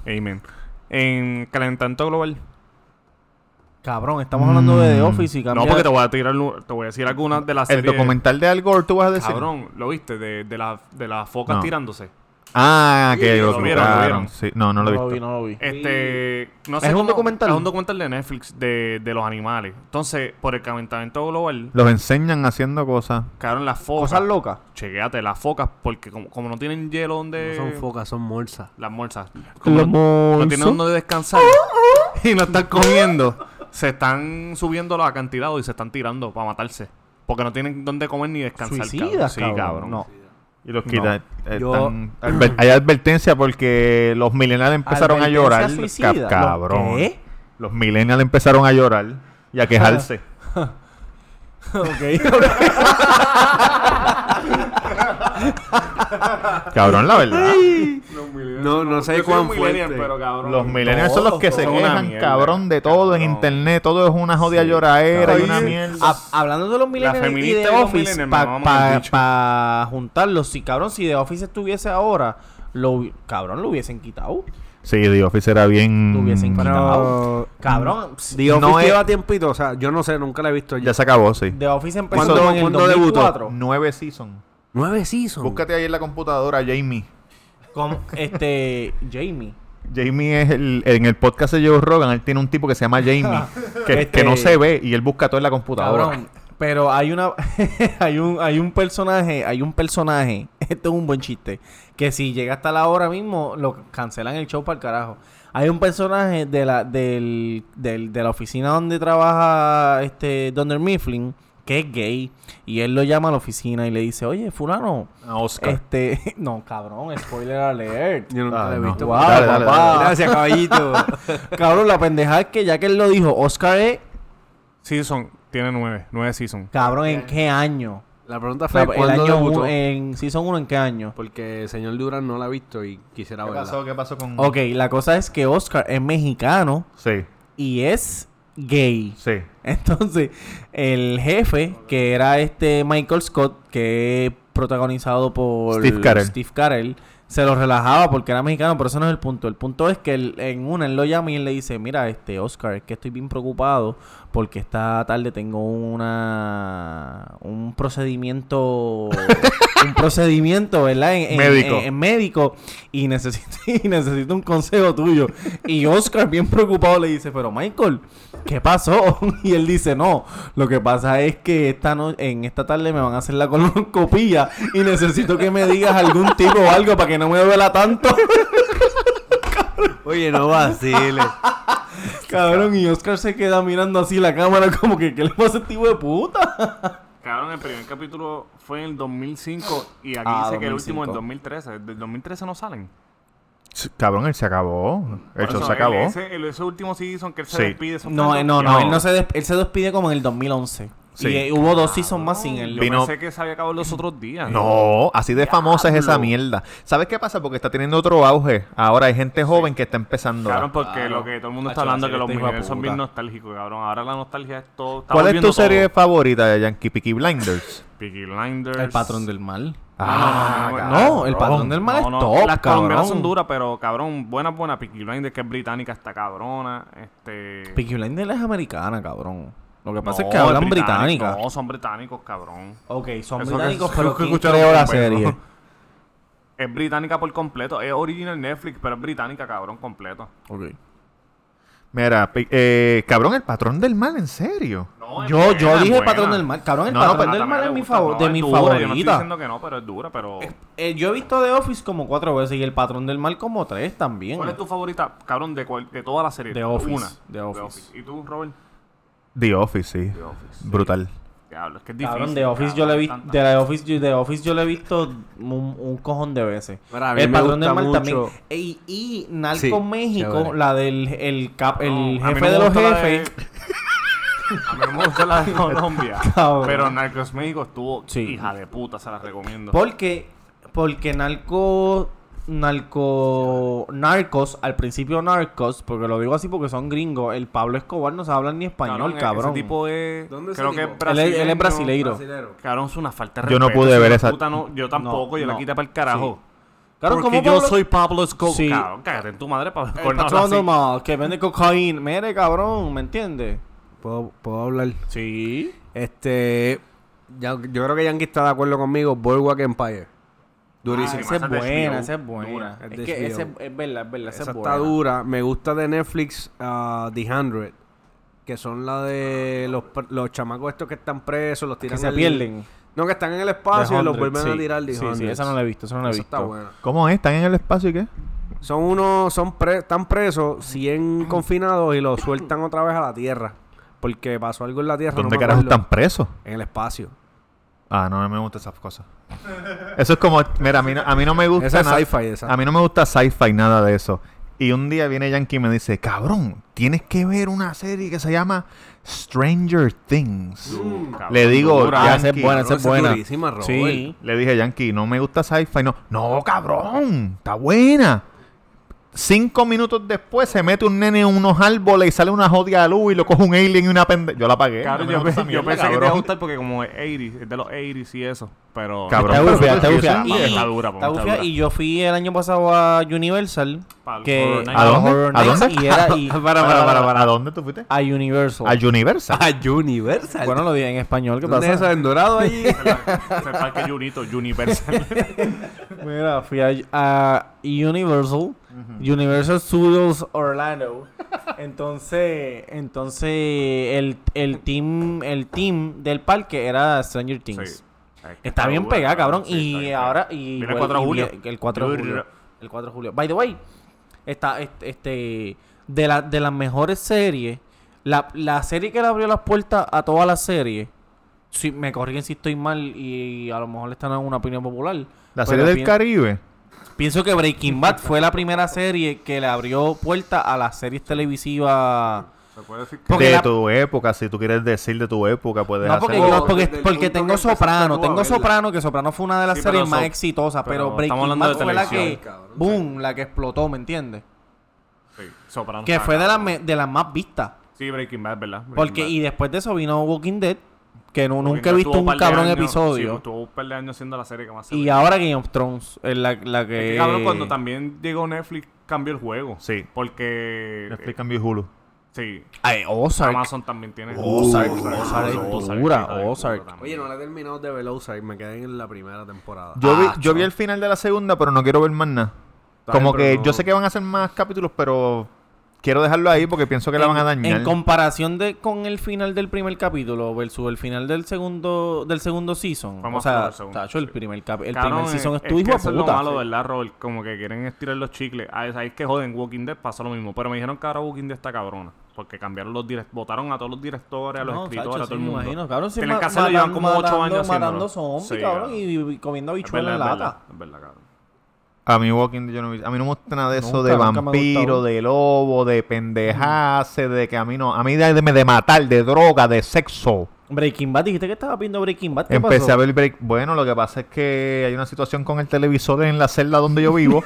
Amen. En calentamiento global.
Cabrón, estamos hablando de The
Mm.
Office y cambia...
No, porque te voy a tirar, lu- te voy a decir algunas de las
¿El
series.
documental de Al Gore tú vas a decir?
Cabrón, ¿lo viste? De, de, la- de las focas
No.
tirándose.
Ah, que lo,
lo vieron, lo
colocaron.
vieron.
Sí, no, no lo he visto. Eh,
vi, no lo vi.
Este, no
¿Es
sé
un
cómo-
documental?
Es un documental de Netflix de, de los animales. Entonces, por el calentamiento global,
Los enseñan haciendo cosas.
cabrón las focas.
Cosas locas.
Chequéate, las focas, porque como, como no tienen hielo donde.
son focas, son morsas.
Las morsas. Como no, no tienen donde descansar y no están comiendo. Se están subiendo los acantilados y se están tirando para matarse. Porque no tienen donde comer ni descansar.
Suicidas,
Sí,
cabrón.
cabrón.
No.
Y los quitan. Eh,
Yo-
[clears throat]
están- adver- hay advertencia porque los millennials empezaron a llorar.
Advertencia suicida.
Ca- cabrón. [laughs]
¿Qué?
Los millennials empezaron a llorar y a quejarse.
[laughs] ok.
cabrón,
[laughs]
la verdad.
No, no sé cuán fuerte.
Los millennials son los que se
son una
quejan,
mierda,
cabrón, de todo en
cabrón.
internet. Todo es una jodida lloradera y
Oye,
una mierda.
ah,
hab- hablando de los millennials y
feminista
de
de los
Office,
millennials,
para
mamá, me han dicho.
juntarlos, si cabrón, si de Office estuviese ahora, lo, hubi- cabrón, lo hubiesen quitado.
Sí, The Office era bien.
Lo hubiesen quitado.
Pero-
Mm.
Cabrón, pss,
Ah, The Office
No es-
lleva tiempito, o sea, yo no sé, nunca la he visto
Ya
ya.
se acabó, sí.
The Office empezó
¿Cuándo-
en el
cuándo debutó?
2004.
Nueve seasons.
Nueve seasons.
Búscate ahí en la computadora, Jamie.
Con este Jamie.
Jamie es el, en el podcast de Joe Rogan, él tiene un tipo que se llama
[laughs]
Jamie, que,
Este-
que no se ve y él busca todo en la computadora.
Cabrón, pero hay una [laughs] hay un hay un personaje, hay un personaje, [laughs] esto es un buen chiste, que si llega hasta la hora mismo lo cancelan el show para el carajo. Hay un personaje de la del, del- de la oficina donde trabaja este Donner Mifflin que es gay y él lo llama a la oficina y le dice, "Oye, fulano,
A Oscar.
Eh.
este, [laughs] no, cabrón, spoiler alert."
Ah. [laughs] Yo nunca
Ah,
la he
no.
visto.
Wow,
Dale, dale,
papá.
dale.
Gracias, caballito.
Cabrón, la pendejada es que ya que él lo dijo, Oscar es
Sí, son, tiene nueve, nueve seasons.
cabrón en qué año?
La pregunta fue,
La- el
¿cuándo
año
debutó?
uno, eh. en season 1 en qué año?
Porque el señor Durán no la ha visto y quisiera
¿Qué
verla.
pasó? ¿Qué pasó con...?
Ok, la cosa es que Oscar es mexicano
Sí,
y es gay. [laughs]
sí.
Entonces, el jefe, que era este Michael Scott, que es protagonizado por
Steve Carell.
Steve Carell, se lo relajaba porque era mexicano, pero eso no es el punto. El punto es que él- en una él lo llama y él le dice, mira, este Oscar, es que estoy bien preocupado porque esta tarde tengo una un procedimiento un procedimiento, ¿verdad? En, en-
Médico.
en- en médico y necesito [laughs] y necesito un consejo tuyo. Y Oscar bien preocupado le dice, "Pero Michael, ¿qué pasó?" [laughs] Y él dice, "No, lo que pasa es que esta no en esta tarde me van a hacer la colonoscopía y necesito que me digas algún tipo o algo para que no me duela tanto." [laughs]
Oye, no vaciles.
Cabrón, y Oscar se queda mirando así la cámara como que, ¿qué le pasa a este tipo de puta?
Cabrón, el primer capítulo fue en el 2005 y aquí
Ah,
dice que el último en
2005.
2013. Del 2013 no salen.
Sí, Cabrón, él se acabó. El
Por
show
eso,
se
el-
acabó.
Ese, el- ese último season que él se
Sí.
despide. eso fue
No,
en
eh, no, no,
No.
él, no se des- él se despide como en el 2011.
Sí.
Y eh, hubo dos seasons más sin
Yo
él.
Vino-
pensé que se había acabado los otros días.
No, así de famosa es esa mierda. ¿Sabes qué pasa? Porque está teniendo otro auge. Ahora hay gente joven que está empezando.
Cabrón, porque lo que todo el mundo está
Hacho,
hablando es
la
que los
serie está hijo de
millennials son
puta.
bien nostálgicos, cabrón. Ahora la nostalgia es todo. está
¿Cuál es
volviendo
tu serie
todo.
favorita de Yankee Peaky Blinders?
Peaky Blinders.
El patrón del mal.
Ah,
No, el patrón del mal
No,
es
no,
top,
Las
cabrón.
colombianas son duras, pero cabrón, buena, buena. Peaky Blinders, que es británica, está cabrona. Este.
Peaky Blinders es americana, cabrón. Lo que
No,
pasa es que hablan
es británico.
británica.
No, son británicos, cabrón.
Ok, son
Eso que-
británicos,
eso
pero
que
¿quién
escucharon
creó la
fue bueno.
serie? [laughs]
Es británica por completo. Es original Netflix, pero es británica, cabrón, completo.
Ok.
Mira, pi- eh, cabrón, el patrón del mal, en serio.
Yo, yo dije el patrón del mal. Cabrón, el
No, no,
patrón
pero
del mal es mi favor, de mi
Yo no estoy
favorita.
diciendo que no, pero es dura, pero...
Eh, yo he visto The Office como cuatro veces y el patrón del mal como tres también.
¿Cuál es tu favorita, cabrón, de, cual- de toda la serie?
The Office.
Una.
The Office.
¿Y tú, Robert?
The Office, sí.
The Office.
Brutal.
Diablo, es que es difícil. Ah,
Cabrón, The Office yo
cabrón,
le vi,
tanta-
de The Office, yo, The Office yo le he visto un, un cojón de veces.
Mira, a mí
el
me
patrón del
gusta
mal también.
mucho.
Y, y Narco
Sí,
México,
chévere.
la del el cap,
No,
el
a
jefe
mí no me
de los
gusta la de-
jefes.
A mí no me
[laughs]
gusta la de Colombia.
Cabrón.
pero Narcos México estuvo
Sí.
hija de puta, se la recomiendo.
Porque, porque narco, narco, narcos, al principio narcos, porque lo digo así porque son gringos, el Pablo Escobar no se habla ni español,
ese-
cabrón.
e- Ese tipo es.
¿Dónde ese
creo que
tipo?
Él es-
es brasileño.
él es brasileiro.
Cabrón, es una falta de
Yo no
respeto,
pude
ese
ver
hijo de
esa-
puta no- yo tampoco, yo
no.
la quité para el carajo.
Claro,
Porque
como
yo
Pablo-
soy Pablo Escobar.
Sí. Eh,
Cabrón, cágate en tu madre, Pablo
el
Escobar. no habla
patrón
así.
del mal, que vende cocaína. Mire, cabrón, ¿me entiendes?
¿Puedo, puedo hablar.
Sí.
Este. ya- yo creo que Yankee está de acuerdo conmigo. Boardwalk Empire. Durísimo.
Esa
Durísimo. Ah,
es
Esa es de
buena,
HBO.
esa es buena.
Dura, es
Es
de
que esa es
HBO.
es verdad, es verdad, esa
Esa
es
está
buena.
dura. Me gusta de Netflix ah, The Hundred. Que son la de
Ah,
los, pr- los chamacos estos que están presos, los tiran.
Que se
al-
pierden.
No, que están en el
The
espacio y los
100,
vuelven a
sí.
tirar. The
Sí, sí,
100.
esa no la he visto, esa no la he
Esa
visto.
está buena.
¿Cómo es? ¿Están en el espacio y qué?
Son unos, son pre- están presos, 100 confinados y los sueltan otra vez a la tierra. Porque pasó algo en la tierra. no
¿Dónde
me
carajo
acuerdo.
están presos?
En el espacio.
Ah, no, no me gustan esas cosas. Eso es como, mira, a mí no, a mí no me gusta
Esa es
nada-
sci-fi, esa.
A mí no me gusta sci-fi nada de eso. Y un día viene Yankee y me dice, "Cabrón, tienes que ver una serie que se llama Stranger Things."
Uh,
Cabrón,
Le digo,
dura.
Ah,
"Yankee,
esa es buena, esa
esa
es
es
buena.
durísima, Robert.
Sí.
Le dije, Yankee, no me gusta sci-fi. No, no, cabrón, está buena. Cinco minutos después se mete un nene en unos árboles y sale una jodida luz y lo coge un alien y una pendeja. Yo la
Eh,
apagué. no
Cabrón,
me
yo,
gusta
pe-
esa
yo
mierda,
pensé que te iba a
cabrón.
gustar porque como es 80 es de los 80s y eso. Pero.
Cabrón,
Está
pero
bufia, está
yo
bufia.
soy-
Y-
Está dura,
Está
está
bufia.
dura.
Y yo fui el año pasado a Universal.
Pal-
Que,
Horror Nights.
¿A dónde?
Horror
¿A
Nights,
dónde?
Y
[laughs]
era y-
Para, para, para, para. ¿A dónde tú fuiste?
a Universal.
A Universal.
A Universal.
bueno, lo dije en español, ¿qué
¿Dónde es eso?
pasa?
¿En Dorado allí?
Es el parque Junito, Universal.
Mira, fui a, a Universal, Universal Studios Orlando. Entonces, entonces el, el team, el team del parque era Stranger Things.
Sí. Es que
Está bien
dura,
pegada, cabrón.
sí, está
y
bien
ahora.
pegada.
Y, pues,
Mira el 4 de
y-
julio.
y- El 4 de julio. El 4 de julio. By the way, está est- este. De, la, de las mejores series. La, la serie que le abrió las puertas a todas las series. Si, me corrigen si estoy mal y a lo mejor le están dando una opinión popular.
La
pero
serie del
pien-
Caribe.
Pienso que Breaking Bad fue la primera serie que le abrió puerta a las series televisivas.
Se puede decir que.
Porque
de
la-
tu época, si tú quieres decir de tu época, puedes
No, porque,
hacerlo.
yo, porque,
Desde el
porque
punto que
tengo
empezaste
Soprano.
tú a
Tengo
verla.
Soprano, que Soprano fue una de las
Sí, pero
series más
so-
exitosas.
pero
Pero,
estamos
Breaking
hablando
Bad
de
fue la que...
televisión,
cabrón,
boom, la que explotó, ¿me entiendes?
Sí, Sopranos
Que
está
fue de las,
cabrón.
me- de las más vistas.
Sí, Breaking Bad, ¿verdad? Breaking
Porque,
Bad.
y después de eso vino Walking Dead, que no-
Porque
nunca he visto
tuvo
un
par de
cabrón
años-
episodio.
Sí, tuvo un par de años siendo la serie que más se
y
veía.
ahora Game of Thrones es la, la
Es
que...
que, cabrón, cuando también llegó Netflix, cambió el juego.
Sí.
Porque. eh,
Netflix cambió Hulu.
Sí.
Ay, Ozark.
Amazon también tiene.
Ozark,
Ozark,
Ozark es
Ozark,
dura,
hija de puta
Ozark.
[laughs]
también.
Oye, no la he terminado de Velozar. Me quedé en la primera temporada.
Yo, vi, yo vi el final de la segunda, pero no quiero ver más nada.
Está
Como
bien,
que
pero
yo
no-
sé que van a hacer más capítulos, pero quiero dejarlo ahí porque pienso que la
En-
van a dañar.
En comparación de con el final del primer capítulo versus el final del segundo del segundo season.
Vamos
o
a
sea,
hablar del segundo,
tacho, el
sí.
primer cap, el
Cabrón,
primer season es,
que
tu hijo de
eso es lo
puta.
malo, ¿verdad, Robert? Como que quieren estirar los chicles. Ah, es, ahí es que joden, Walking Dead pasa lo mismo. Pero me dijeron que ahora Walking Dead está cabrona. Porque cambiaron los directores, votaron a todos los directores, a los
No,
escritores,
tacho,
a todo
sí,
el
me
mundo.
imagino, cabrón, sí,
Tienen
ma-
que hacerlo, llevan como
matando-
ocho años haciéndolo.
matando zombies,
Sí,
cabrón,
cabrón.
y, y comiendo
Es
habichuelas
verdad,
en
es verdad,
lata.
es verdad, cabrón.
A mí Walking Dead yo no vi- a mí no me gusta nada de eso
Nunca,
de
nunca me ha gustado.
vampiro, de lobo, de pendejase, de que a mí no, a mí de, de- de matar, de droga, de sexo.
Breaking Bad, dijiste que estaba viendo Breaking Bad, ¿qué
Empecé
pasó?
a ver break. Bueno, lo que pasa es que hay una situación con el televisor en la celda donde yo
[laughs]
vivo.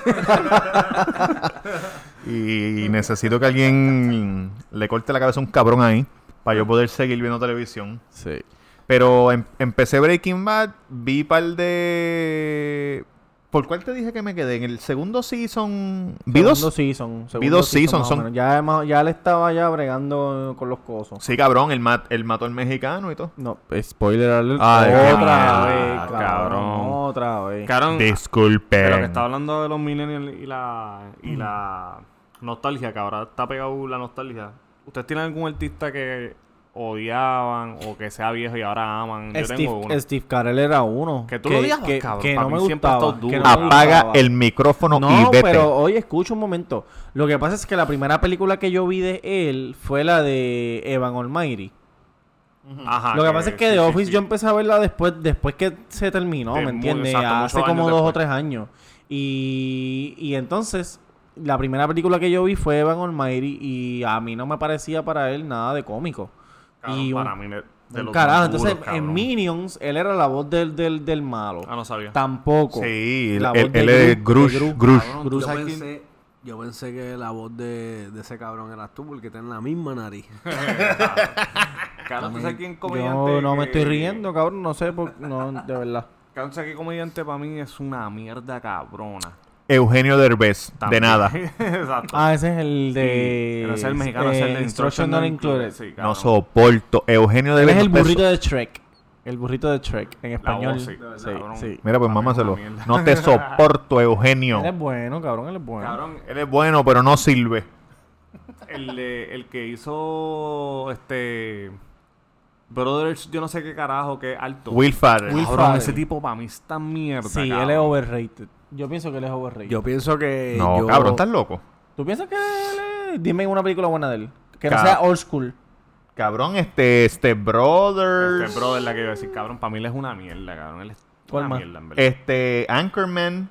y necesito que alguien le corte la cabeza a un cabrón ahí para yo poder seguir viendo televisión.
Sí.
Pero em- empecé Breaking Bad, vi par de... ¿Por cuál te dije que me quedé? En el segundo season... Vi
Segundo
dos...
season, segundo
dos season,
más o
son-
menos. Ya, hemos- ya le estaba ya bregando con los cosos.
Sí, cabrón, el, mat el mató al mexicano y todo.
No, spoiler alert.
Ay, qué
otra
mierda,
vez, cabrón.
cabrón.
Otra vez.
Cabrón,
Disculpen.
pero que está hablando de los millennials y la. Y la Nostalgia, que ahora está pegado la nostalgia. ¿Ustedes tienen algún artista que odiaban o que sea viejo y ahora aman? Yo
Steve,
tengo uno.
Steve Carell era uno.
Que tú lo odiabas,
que,
cabrón.
que
Para
no me
mí siempre ha
gustaba.
estado
que
duro.
no me
Apaga
gustaba.
el micrófono
No,
y vete.
pero oye, escucha un momento. Lo que pasa es que la primera película que yo vi de él fue la de Evan Almighty.
Ajá,
Lo que pasa es que
Ah, sí,
The
sí,
Office
sí.
yo empecé a verla después después que se terminó,
De
¿me
muy-
entiendes?
exacto, muchos
Hace como
años
dos o
después.
tres años. Y, y entonces, la primera película que yo vi fue Evan Almighty y a mí no me parecía para él nada de cómico.
Cabrón,
y un-
para mí de- de
un
los
carajo,
duros,
entonces en
cabrón.
Minions él era la voz del, del, del malo.
Ah, no sabía.
Tampoco.
Sí,
La
el-
voz
él,
de
es
Gru-
Grush.
de Gru.
Grush.
Cabrón,
Cruz
yo,
aquí-
pensé, yo pensé que la voz de, de ese cabrón eras tú porque tenés la misma nariz.
Cabrón, ¿tú sabes quién comediante
Yo no me
que-
estoy riendo, cabrón, no sé, por, no, de
[laughs]
verdad.
Cabrón, ¿tú sabes qué comediante para mí es una mierda cabrona?
Eugenio Derbez.
También.
De nada.
[laughs] Exacto.
Ah, ese es el
Sí,
de...
pero ese es el mexicano, ese es el de
Instruction Not Included.
Sí, cabrón.
No soporto. Eugenio
Él
Derbez.
es el
no te
burrito de Shrek. El burrito de Shrek en
La
español.
voz, sí, cabrón.
sí.
Mira, pues
Dame una
mámaselo.
mierda.
No te soporto, Eugenio.
Él es bueno, cabrón, él es bueno.
Cabrón,
Él es bueno, pero no sirve.
el, de- el que hizo este Brothers, yo no sé qué carajo, que es alto.
Will Farrell.
Will-
Cabrón,
Farrell.
ese tipo para mí está mierda.
sí, él
cabrón.
es overrated. Yo pienso que él es overrated.
Yo pienso
eh,
que.
No,
yo-
cabrón, estás loco.
¿Tú piensas que él es... Dime una película buena de él. Que no
Cab-
sea old school.
Cabrón, este, este Brothers.
Este brother, la que iba a decir, cabrón, para mí él es una mierda, cabrón. Él es
¿Cuál
una
más?
mierda, en verdad.
Este, Anchorman.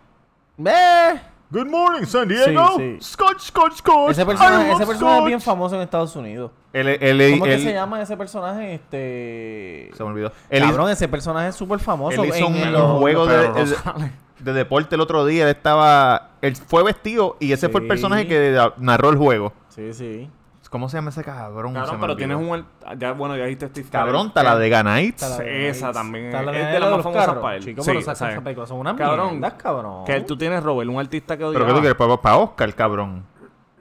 ¡Eh!
Good morning, San
Diego. Sí, sí.
Scotch, scotch, scotch.
Ese personaje, ese personaje es bien famoso en Estados Unidos.
Él, él, él,
¿Cómo es
él-
que se llama ese personaje? Este...
Se me olvidó. Él,
Cabrón, ese personaje es súper famoso.
hizo, él hizo
en-
un
en los-
juego de,
Pedro
de- de deporte el otro día. Él estaba. Él fue vestido y ese fue el
Sí.
personaje que da- narró el juego.
Sí, sí.
¿Cómo se llama ese cabrón? Se
Cabrón,
me
pero
olvidó.
tienes un. al- Ya, bueno, ya dijiste Steve
Cabrón,
Carell.
tala de Ganites.
Está la de
Esa
Gates.
también.
Está
Es de
Gates
las
los
más famosas
carros.
para él.
Chico,
Sí,
pero saca
¿sabes?
esa película, Son unas
Cabrón.
mierdas, cabrón.
Que tú tienes Robert, un artista que
¿Pero qué tú
odiaba.
quieres? Para, Oscar, cabrón.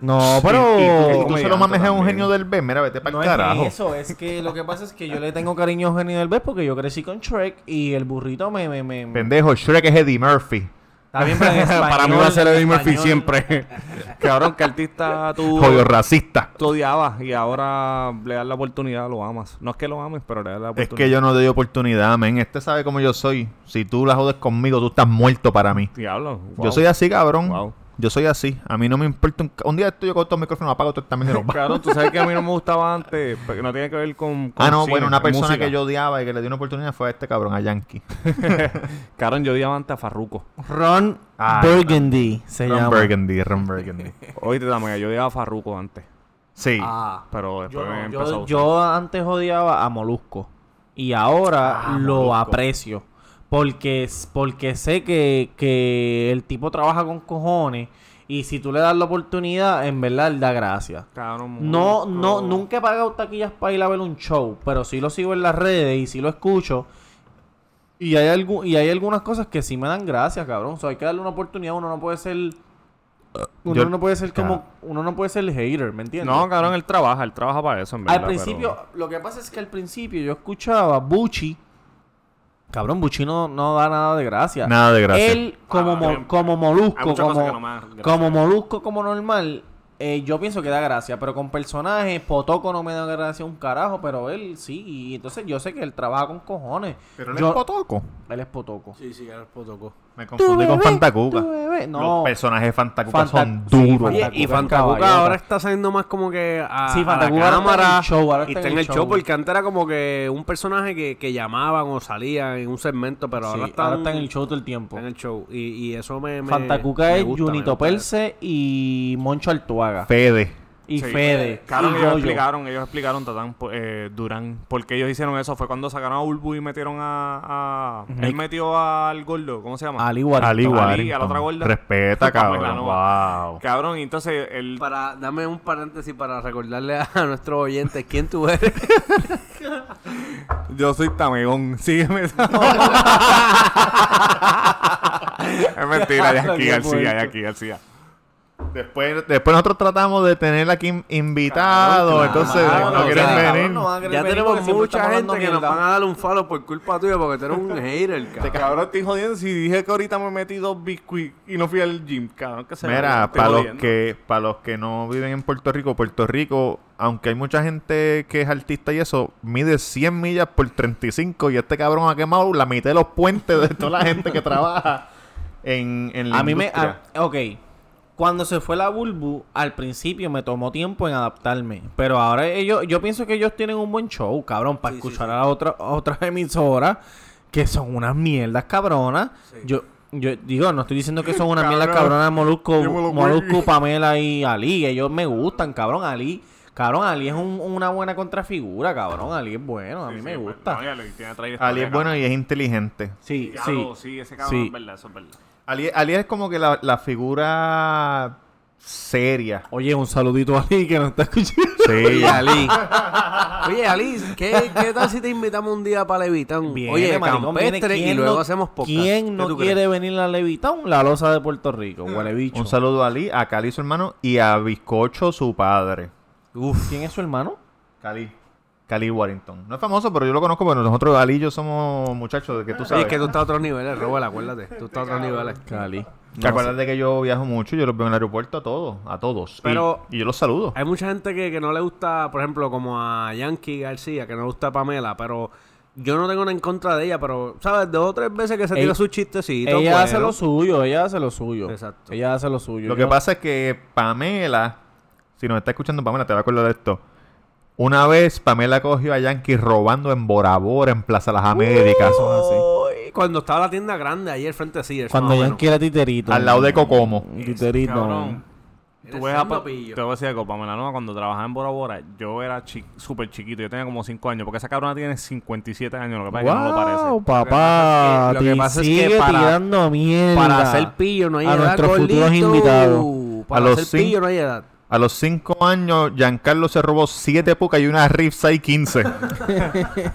No, pero...
Y, y- y tú
comediante
se lo mames a un
también.
genio del B. Mira, vete para el
No
carajo.
es eso, es que lo que pasa es que yo le tengo cariño a Eugenio Derbez porque yo crecí con Shrek y el burrito me... me, me-
Pendejo, Shrek es Eddie Murphy.
Está bien,
[laughs]
pero en
Para mí
español-
va a ser Eddie Murphy
español-
siempre. [laughs] Cabrón,
[laughs]
¿qué artista tú,
Jodido racista.
tú odiabas y ahora le das la oportunidad, lo amas? No es que lo ames, pero le das la
Es
oportunidad.
que yo no doy oportunidad, men. Este sabe cómo yo soy. Si tú la jodes conmigo, tú estás muerto para mí.
Diablo.
Yo
wow.
soy así, cabrón. [laughs]
Wow.
Yo soy así. A mí no me importa. Un, un día estoy yo con todo el micrófono, apago todo también.
[laughs] Cabrón, tú sabes que a mí no me gustaba antes, porque no tiene que ver con. con
Ah, no,
cine,
bueno, una
es
persona
música.
que yo odiaba y que le di una oportunidad fue a este cabrón, a Yankee.
Cabrón, yo odiaba antes a Farruko.
Ron
Ah,
Burgundy se
Ron
llama.
Burgundy,
[laughs]
Ron Burgundy.
Oíste también, yo odiaba a Farruko antes.
Sí.
Ah,
Pero después
Yo,
me
no,
empezó a
yo,
gustar.
yo antes odiaba a Molusco y ahora
Ah,
lo
Molusco.
aprecio porque, es- porque sé que, que el tipo trabaja con cojones y si tú le das la oportunidad, en verdad él da gracias.
Cabrón,
No, no,
Molusco.
nunca he pagado taquillas para ir a ver un show, pero sí lo sigo en las redes y sí lo escucho. Y hay, algu- y hay algunas cosas que sí me dan gracias, cabrón. O sea, hay que darle una oportunidad. Uno no puede ser... Uno
Yo-
no puede ser como...
Claro.
Uno no puede ser hater, ¿me entiendes?
No, cabrón, él trabaja, él trabaja para eso, en verdad.
Al
pero-
principio, lo que pasa es que al principio yo escuchaba Buchi. Cabrón, Buchi no, no da nada de gracia.
Nada de gracia.
Él, como,
Ah,
mo-
bien.
como
Hay
molusco,
muchas cosas que no
como,
me dan gracia.
como molusco, como normal, eh, yo pienso que da gracia. Pero con personajes, Potoco no me da gracia un carajo, pero él sí. Y entonces yo sé que él trabaja con cojones.
Pero él
Yo-
es potoco.
él es Potoco.
sí, sí, era el protocolo.
Me confundí con Fantacuca.
Tu bebé. No.
Los personajes de Fantacuca
Fanta-
son
sí,
duros.
Fantacuca.
Y, y
el
Fantacuca
caballota.
ahora está saliendo más como que a,
Sí,
a
Fantacuca
Ah, la
ahora está en el
cámara
show, ahora
y está en el show porque antes era como que un personaje que, que llamaban o salía en un segmento, pero
Sí,
ahora está,
ahora
un-
está en el show todo el tiempo.
está en el show. Y, y eso me, me
Fantacuca
me
es
gusta, me
Junito
gusta eso.
Perce y Moncho Altuaga.
Fede.
y
Sí.
Eh,
Fede.
Cabrón,
y
ellos
Goyo.
explicaron, ellos explicaron Tatán po- eh, Durán. ¿Por qué ellos hicieron eso? Fue cuando sacaron a Ulbu y metieron a. a- Él metió al gordo, ¿cómo se llama?
Ali Warrington.
Ali
Ali,
Warrington.
a la otra gorda.
[laughs]
Respeta,
Pamela
cabrón.
Nova.
Wow.
Cabrón, y entonces él.
Para, dame un paréntesis para recordarle a nuestros oyentes quién tú
[laughs]
eres.
Yo soy Tamegón, [laughs]
[laughs]
sígueme. es mentira, ya aquí,
Qué
García, ya
puerco.
aquí, García.
Después, después nosotros tratamos de tener aquí invitados, entonces
claro,
no quieren
claro.
venir.
Ya tenemos mucha gente que nos van a dar un falo por culpa tuya porque tú eres
[laughs]
un hater, cabrón.
Cabrón, estoy jodiendo si dije que ahorita me metí dos biscuits y no fui al gym, cabrón. Que se jodan,
Mira,
estoy
para los
jodiendo.
que para los que no viven en Puerto Rico, Puerto Rico, aunque hay mucha gente que es artista y eso, mide 100 millas por 35 y este cabrón ha quemado la mitad de los puentes de toda la gente que trabaja en, en la
A mí me.
industria.
a- ok. Cuando se fue la Bulbu, al principio me tomó tiempo en adaptarme. Pero ahora ellos, yo pienso que ellos tienen un buen show, cabrón, para escuchar a, la otra, a otras emisoras que son unas mierdas cabronas. Yo, yo digo, no estoy diciendo que son unas mierdas cabronas de Molusco,
Yo me lo
Molusco,
comí.
Pamela y Ali. Ellos me gustan, cabrón, Ali. Cabrón, Ali es un- una buena contrafigura, cabrón. Ali es bueno, a mí
Sí,
me
sí,
gusta.
no, ya le tiene traída
Ali
historia,
es bueno
cabrón.
y es inteligente.
sí, sí.
Diablo, sí, ese cabrón
Sí.
es verdad, eso es verdad.
Ali, Ali es como que la, la figura seria.
Oye, un saludito a Ali que nos está escuchando.
[laughs] Sí,
Ali. Oye, Ali, ¿qué, ¿qué tal si te invitamos un día para Levitán?
Viene,
Oye,
maricón,
campestre
viene.
y
¿Quién
luego
no-
hacemos podcast.
¿Quién
¿Qué
no
tú
quiere
crees?
venir a Levitown? La losa de Puerto Rico, huele bicho.
Un saludo a Ali, a Cali su hermano y a Bizcocho su padre.
Uf. ¿Quién es su hermano?
Cali. Cali Warrington. No es famoso, pero yo lo conozco porque nosotros Ali y yo somos muchachos de que tú
Oye,
sabes.
Ah, es que tú estás a otros niveles, Robert, acuérdate. Tú estás a otros niveles.
Cali.
¿Te acuerdas de que yo viajo mucho? Yo los veo en el aeropuerto a todos, a todos. Y-
Pero-
y, yo los saludo.
Hay mucha gente que, que no le gusta, por ejemplo, como a Yankee García, que no le gusta Pamela, pero yo no tengo nada en contra de ella, pero, ¿sabes? Dos o tres veces que se
Ey-
tira su chistecito. pues,
Ella
bueno.
hace lo suyo, ella hace lo suyo.
Exacto.
Ella hace lo suyo.
Lo
Yo-
que pasa es que Pamela, si nos está escuchando Pamela, te va a acordar de esto. Una vez Pamela cogió a Yankee robando en Bora Bora, en Plaza Las Américas,
Ay, Cuando estaba la tienda grande ahí al frente de Sears.
Cuando
más o
Yankee
menos.
era titerito.
al lado de Cocomo.
Titerito.
Cabrón. Tú
Eres
ves a
siendo
Pa-
pillo.
te voy a decir algo, Pamela Nova, cuando trabajaba en Bora Bora, yo era chi- súper chiquito, yo tenía como 5 años, porque esa cabrona tiene 57 años, lo que pasa es que no lo
Wow,
parece.
papá.
Lo que
te
pasa es que
sigue
para-
tirando mierda.
Para hacer pillo no hay
A
edad.
nuestros
gordito.
futuros invitados.
Para
A los
hacer
cinco-
pillo no hay edad.
A los 5 años, Giancarlo se robó 7 pucas y una Rift 615.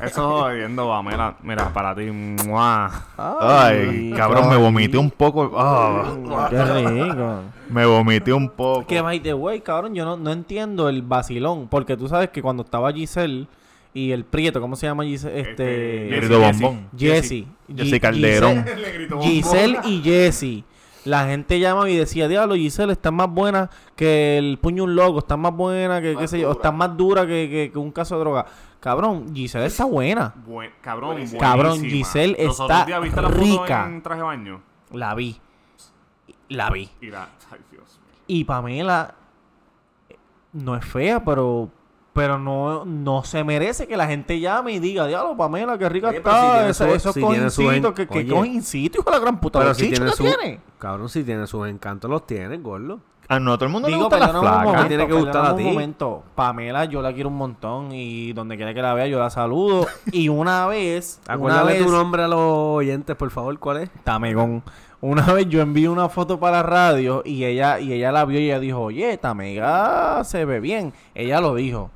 Eso jodiendo, Pamela, mira, para ti, ¡mua!
Ay, cabrón, me vomité un poco. Ah,
Qué rico.
me vomité un poco.
Que by the way, cabrón, yo no, no entiendo el vacilón. Porque tú sabes que cuando estaba Giselle y el Prieto, ¿cómo se llama Giselle? Este.
Este,
Querido bombón.
Jesse.
Jesse
Gi-
Calderón.
Giselle- Giselle y Jesse. La gente llamaba y decía, diablo, Giselle está más buena que el puño de un loco, está más buena que, qué sé yo, está más dura que, que- que un caso de droga. Cabrón, Giselle está buena.
Buen- cabrón, buenísima.
Cabrón, Giselle
Los otros
está
días, ¿viste la foto
rica.
en traje de baño?
La vi. La vi.
Y la- ay, Dios mío.
Y Pamela eh, no es fea, pero pero no, no se merece que la gente llame y diga, diablo, Pamela, qué rica
Oye, pero si
está.
tiene
esa-
su-
esos
si tiene su
cojincitos,
en-
que, que
Oye.
cojincitos, hijo de la gran puta.
Pero
los
si
chichos
tiene
los
su...
tiene.
Cabrón, si tiene sus encantos, los tiene, gordo.
A Ah, no, a todo el mundo le
Digo,
gusta la
perdóname un momento,
flaca.
tiene que gustar
perdóname
a
un
ti.
momento. Pamela, yo la quiero un montón y donde quiera que la vea, yo la saludo. y una vez,
[laughs]
una
Acuérdale
vez,
tu nombre a los oyentes, por favor, ¿cuál es?
Tamegón. Una vez yo envié una foto para la radio y ella, y ella la vio y ella dijo, oye, Tamega se ve bien. Ella lo dijo.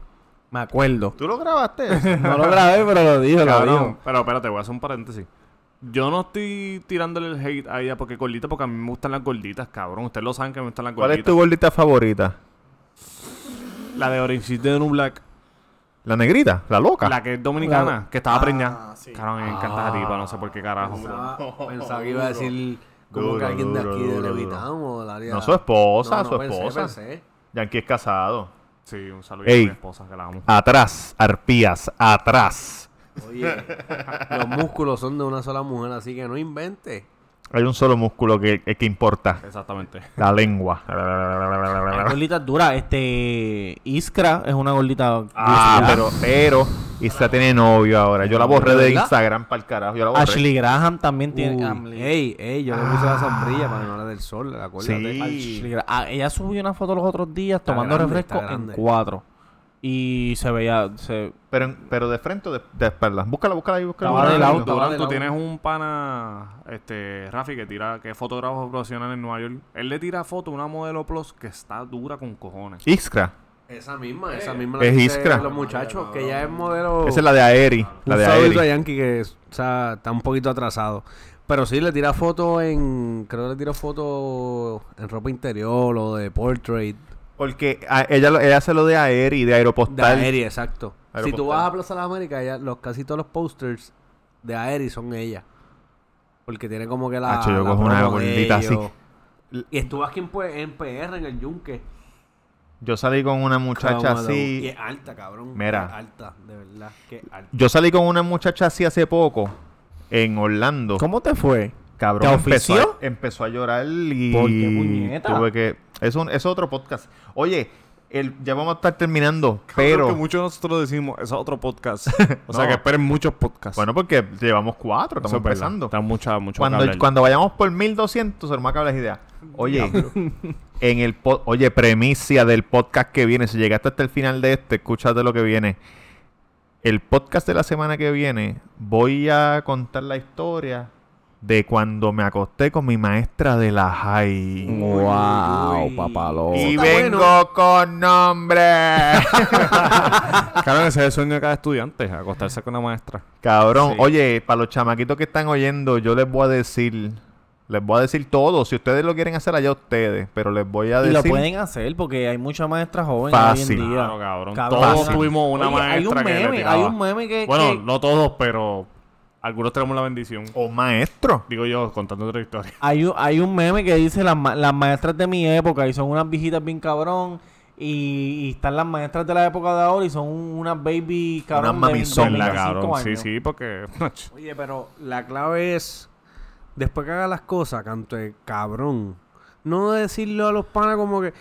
Me acuerdo.
¿Tú lo grabaste?
[laughs] No lo grabé, pero lo dijo, lo dijo.
Cabrón, pero espérate, voy a hacer un paréntesis. Yo no estoy tirándole el hate a ella porque gordita, porque a mí me gustan las gorditas, cabrón. Ustedes lo saben que me gustan las
¿Cuál
gorditas.
es tu gordita favorita?
La de Orange is the New Black.
¿La negrita? ¿La loca?
La que es dominicana, que estaba
Ah,
preñada.
sí.
Cabrón, me encanta esa tipa, no sé por qué carajo.
pensaba que iba a decir como
Duro,
que alguien de
duro,
aquí de
duro,
Levitown o del área.
No, su esposa,
No, no,
su
pensé,
esposa.
pensé.
Yankee es casado.
Sí, un saludo
Ey.
a mi esposa que la amo.
Atrás, arpías, atrás.
Oye, los músculos son de una sola mujer, así que no inventes.
Hay un solo músculo que, eh, que importa.
Exactamente.
La lengua. Ah,
Hay gorditas duras. Este, Iskra es una gordita.
Ah,
gruesa.
pero, pero, Isla tiene novio ahora. Yo la borré de
¿Verdad?
Instagram para el carajo. Yo la borré.
Ashley Graham también
Uy,
tiene... Ashley-
ey, ey, yo le puse la sombrilla para que no le dé el sol, acuérdate.
Sí.
Ashley Graham. Ah, ella subió una foto los otros días
Está
tomando
grande,
refresco
está
en
grande.
cuatro. Y se veía... Se,
Pero, pero de frente o de, de espalda. Búscala, búscala ahí, búscala.
Estaba de
Búscala.
lado.
Durán,
de
tú
lado.
tienes un pana, este, Rafi, que tira, que es fotógrafo profesional en Nueva York. Él le tira foto a una modelo plus que está dura con cojones.
Iskra.
Esa misma, esa misma la
Es
que dice
Iskra.
Los muchachos, que ya es modelo.
Esa es la de Aeri. La
un
de
saludito a
Aeri.
Yankee que o sea, está un poquito atrasado. Pero sí, le tira fotos en. Creo que le tira fotos en ropa interior o de portrait.
Porque a- ella, lo- ella hace lo de Aeri, de
De
Aeropostal.
Aeri, exacto. Si tú
Aeropostal.
vas a Plaza de las Américas, ella- los, casi todos los posters de Aeri son ella. Porque tiene como que la.
Hacho, yo
la
cojo una
promo de
gordita así.
ellos. Y estuvo aquí en, P- en PR, en el Yunque.
Yo salí con una muchacha
Cabrón,
así.
Y es alta, cabrón.
Mira.
Es alta, de verdad. Que alta.
Yo salí con una muchacha así hace poco en Orlando.
¿Cómo te fue?
Cabrón,
¿Te
empezó
ofició?
a, empezó a llorar y
¿Por qué, puñeta?
tuve que es un es otro podcast. Oye, el, ya vamos a estar terminando,
Pero.
pero
que muchos de nosotros decimos, eso es otro [laughs] podcast.
No.
O sea, que esperen muchos podcasts.
bueno, porque llevamos cuatro,
Eso
estamos
es verdad.
empezando.
Está mucha, mucho que
Cuando,
hablar.
cuando vayamos por 1200, se nos va a acabar las ideas. Oye, en el po- oye, premicia del podcast que viene, si llegaste hasta el final de este, escúchate lo que viene. El podcast de la semana que viene voy a contar la historia de cuando me acosté con mi maestra de la high.
wow,
uy.
papalo.
Y
está
vengo con nombre.
Claro, ese es el sueño de cada estudiante, acostarse con una maestra.
Cabrón,
Sí.
oye, para los chamaquitos que están oyendo, yo les voy a decir, les voy a decir todo. Si ustedes lo quieren hacer allá ustedes, pero les voy a
Y
decir.
lo pueden hacer porque hay muchas maestras jóvenes
Fácil.
hoy en día.
[laughs] Claro, cabrón.
Cabrón.
Todos
Fácil.
tuvimos una
Oye,
maestra
hay un
que le
meme,
tiraba.
hay un meme que...
Bueno,
que-
no todos, pero algunos tenemos la bendición.
O maestro.
Digo yo, contando otra historia.
Hay un, hay un meme que dice las, ma- las maestras de mi época y son unas viejitas bien cabrón. Y, y están las maestras de la época de ahora y son un- unas baby cabrón. de
mamizonas,
25
¿Verdad, cabrón? Sí,
años.
sí, porque...
Oye, pero la clave es, después que haga las cosas, canto de cabrón. No decirlo a los panas como que,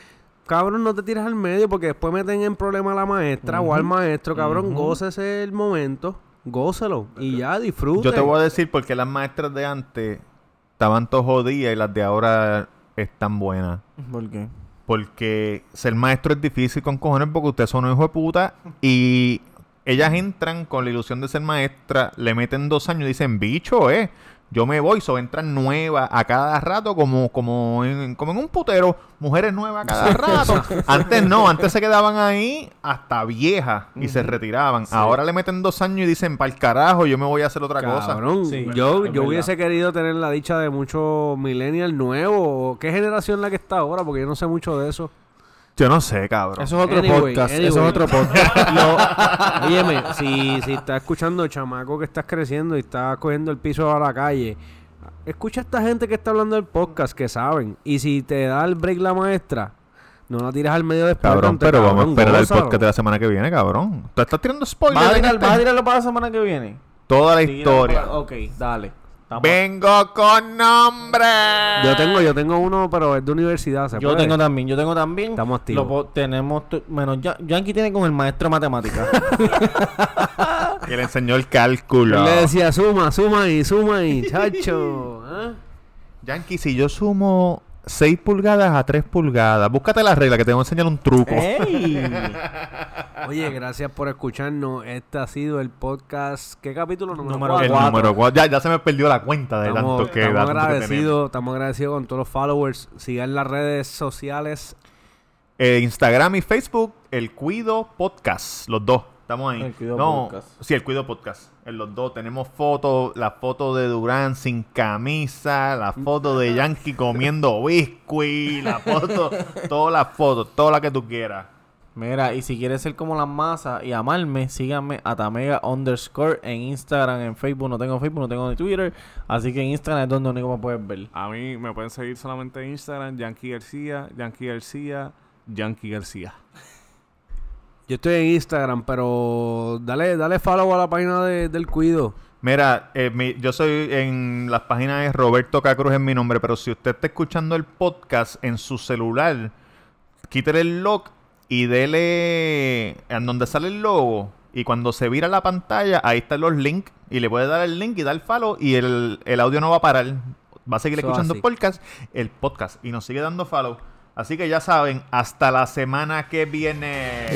cabrón, no te tires al medio porque después meten en problema a la maestra o al maestro, cabrón, gócese el momento, gócelo y ya disfrute.
Yo te voy a decir porque las maestras de antes estaban todos jodidas y las de ahora están buenas.
¿Por qué?
Porque ser maestro es difícil con cojones porque ustedes son un hijo de puta y ellas entran con la ilusión de ser maestra, le meten dos años y dicen, bicho, eh, yo me voy, so entran nuevas a cada rato como, como, en, como en un putero, mujeres nuevas
[laughs]
a cada rato. antes no, antes se quedaban ahí hasta viejas y se retiraban. Ahora le meten dos años y dicen, para el carajo, yo me voy a hacer otra cosa.
Cabrón,
Sí,
yo, yo
es verdad.
hubiese querido tener la dicha de muchos millennials nuevos. ¿Qué generación la que está ahora? Porque yo no sé mucho de eso.
Yo no sé, cabrón.
Eso es otro
Anyway,
podcast. Eso
anyway.
es otro podcast.
[laughs]
[laughs]
Lo- óyeme, si, si estás escuchando, chamaco, que estás creciendo y estás cogiendo el piso a la calle, escucha a esta gente que está hablando del podcast, que saben. Y si te da el break la maestra, no la tiras al medio de
Cabrón, pero vamos a esperar el podcast de la semana que viene, cabrón. Tú estás tirando spoilers.
¿Vas a
en
tirar-
este-
vas a tirarlo para la semana que viene?
Toda la
Tira
historia.
para- Ok, dale. Estamos-
Vengo con nombre.
Yo tengo, yo tengo uno, pero es de universidad, ¿se
Yo
puede?
tengo también, yo tengo también.
Estamos activos.
Lo po- tenemos, tu- menos ya- Yankee tiene con el maestro de
[laughs]
matemáticas.
Que le enseñó el cálculo.
Él le decía, suma, suma y suma
[laughs]
y, chacho. ¿eh?
Yankee, si yo sumo 6 pulgadas a 3 pulgadas, búscate la regla que te voy a enseñar un truco.
¿Eh? ¡Ey!
Oye, gracias por escucharnos. Este ha sido el podcast. ¿Qué capítulo número,
Número
cuatro?
El
Cuatro.
número 4. Ya, ya se me perdió la cuenta de
Estamos,
tanto que
estamos
datos que tenemos.
agradecidos, estamos agradecidos con todos los followers. Sigan las redes sociales.
Eh, Instagram y Facebook, el Cuido Podcast. Los dos. Estamos ahí.
El Cuido
no,
Podcast.
Sí, el Cuido Podcast. En los dos tenemos fotos, la foto de Durán sin camisa, la
[laughs]
foto de Yankee comiendo biscuit, la foto, todas las fotos, todas las que tú quieras.
Mira, y si quieres ser como las masas y amarme, síganme a Tamega underscore en Instagram, en Facebook. No tengo Facebook, no tengo ni Twitter. Así que en Instagram es donde único me puedes ver.
A mí me pueden seguir solamente en Instagram, Yankee García, Yankee García, Yankee García.
Yo estoy en Instagram, pero dale, dale follow a la página de- del Cuido.
Mira, eh, mi- yo soy en las páginas de Roberto Cacruz en mi nombre, pero si usted está escuchando el podcast en su celular, quítele el lock y dele en donde sale el logo. Y cuando se vira la pantalla, ahí están los links. Y le puede dar el link y dar follow y el, el audio no va a parar. Va a seguir
Eso
escuchando
así.
podcast, el podcast. Y nos sigue dando follow. Así que ya saben, hasta la semana que viene.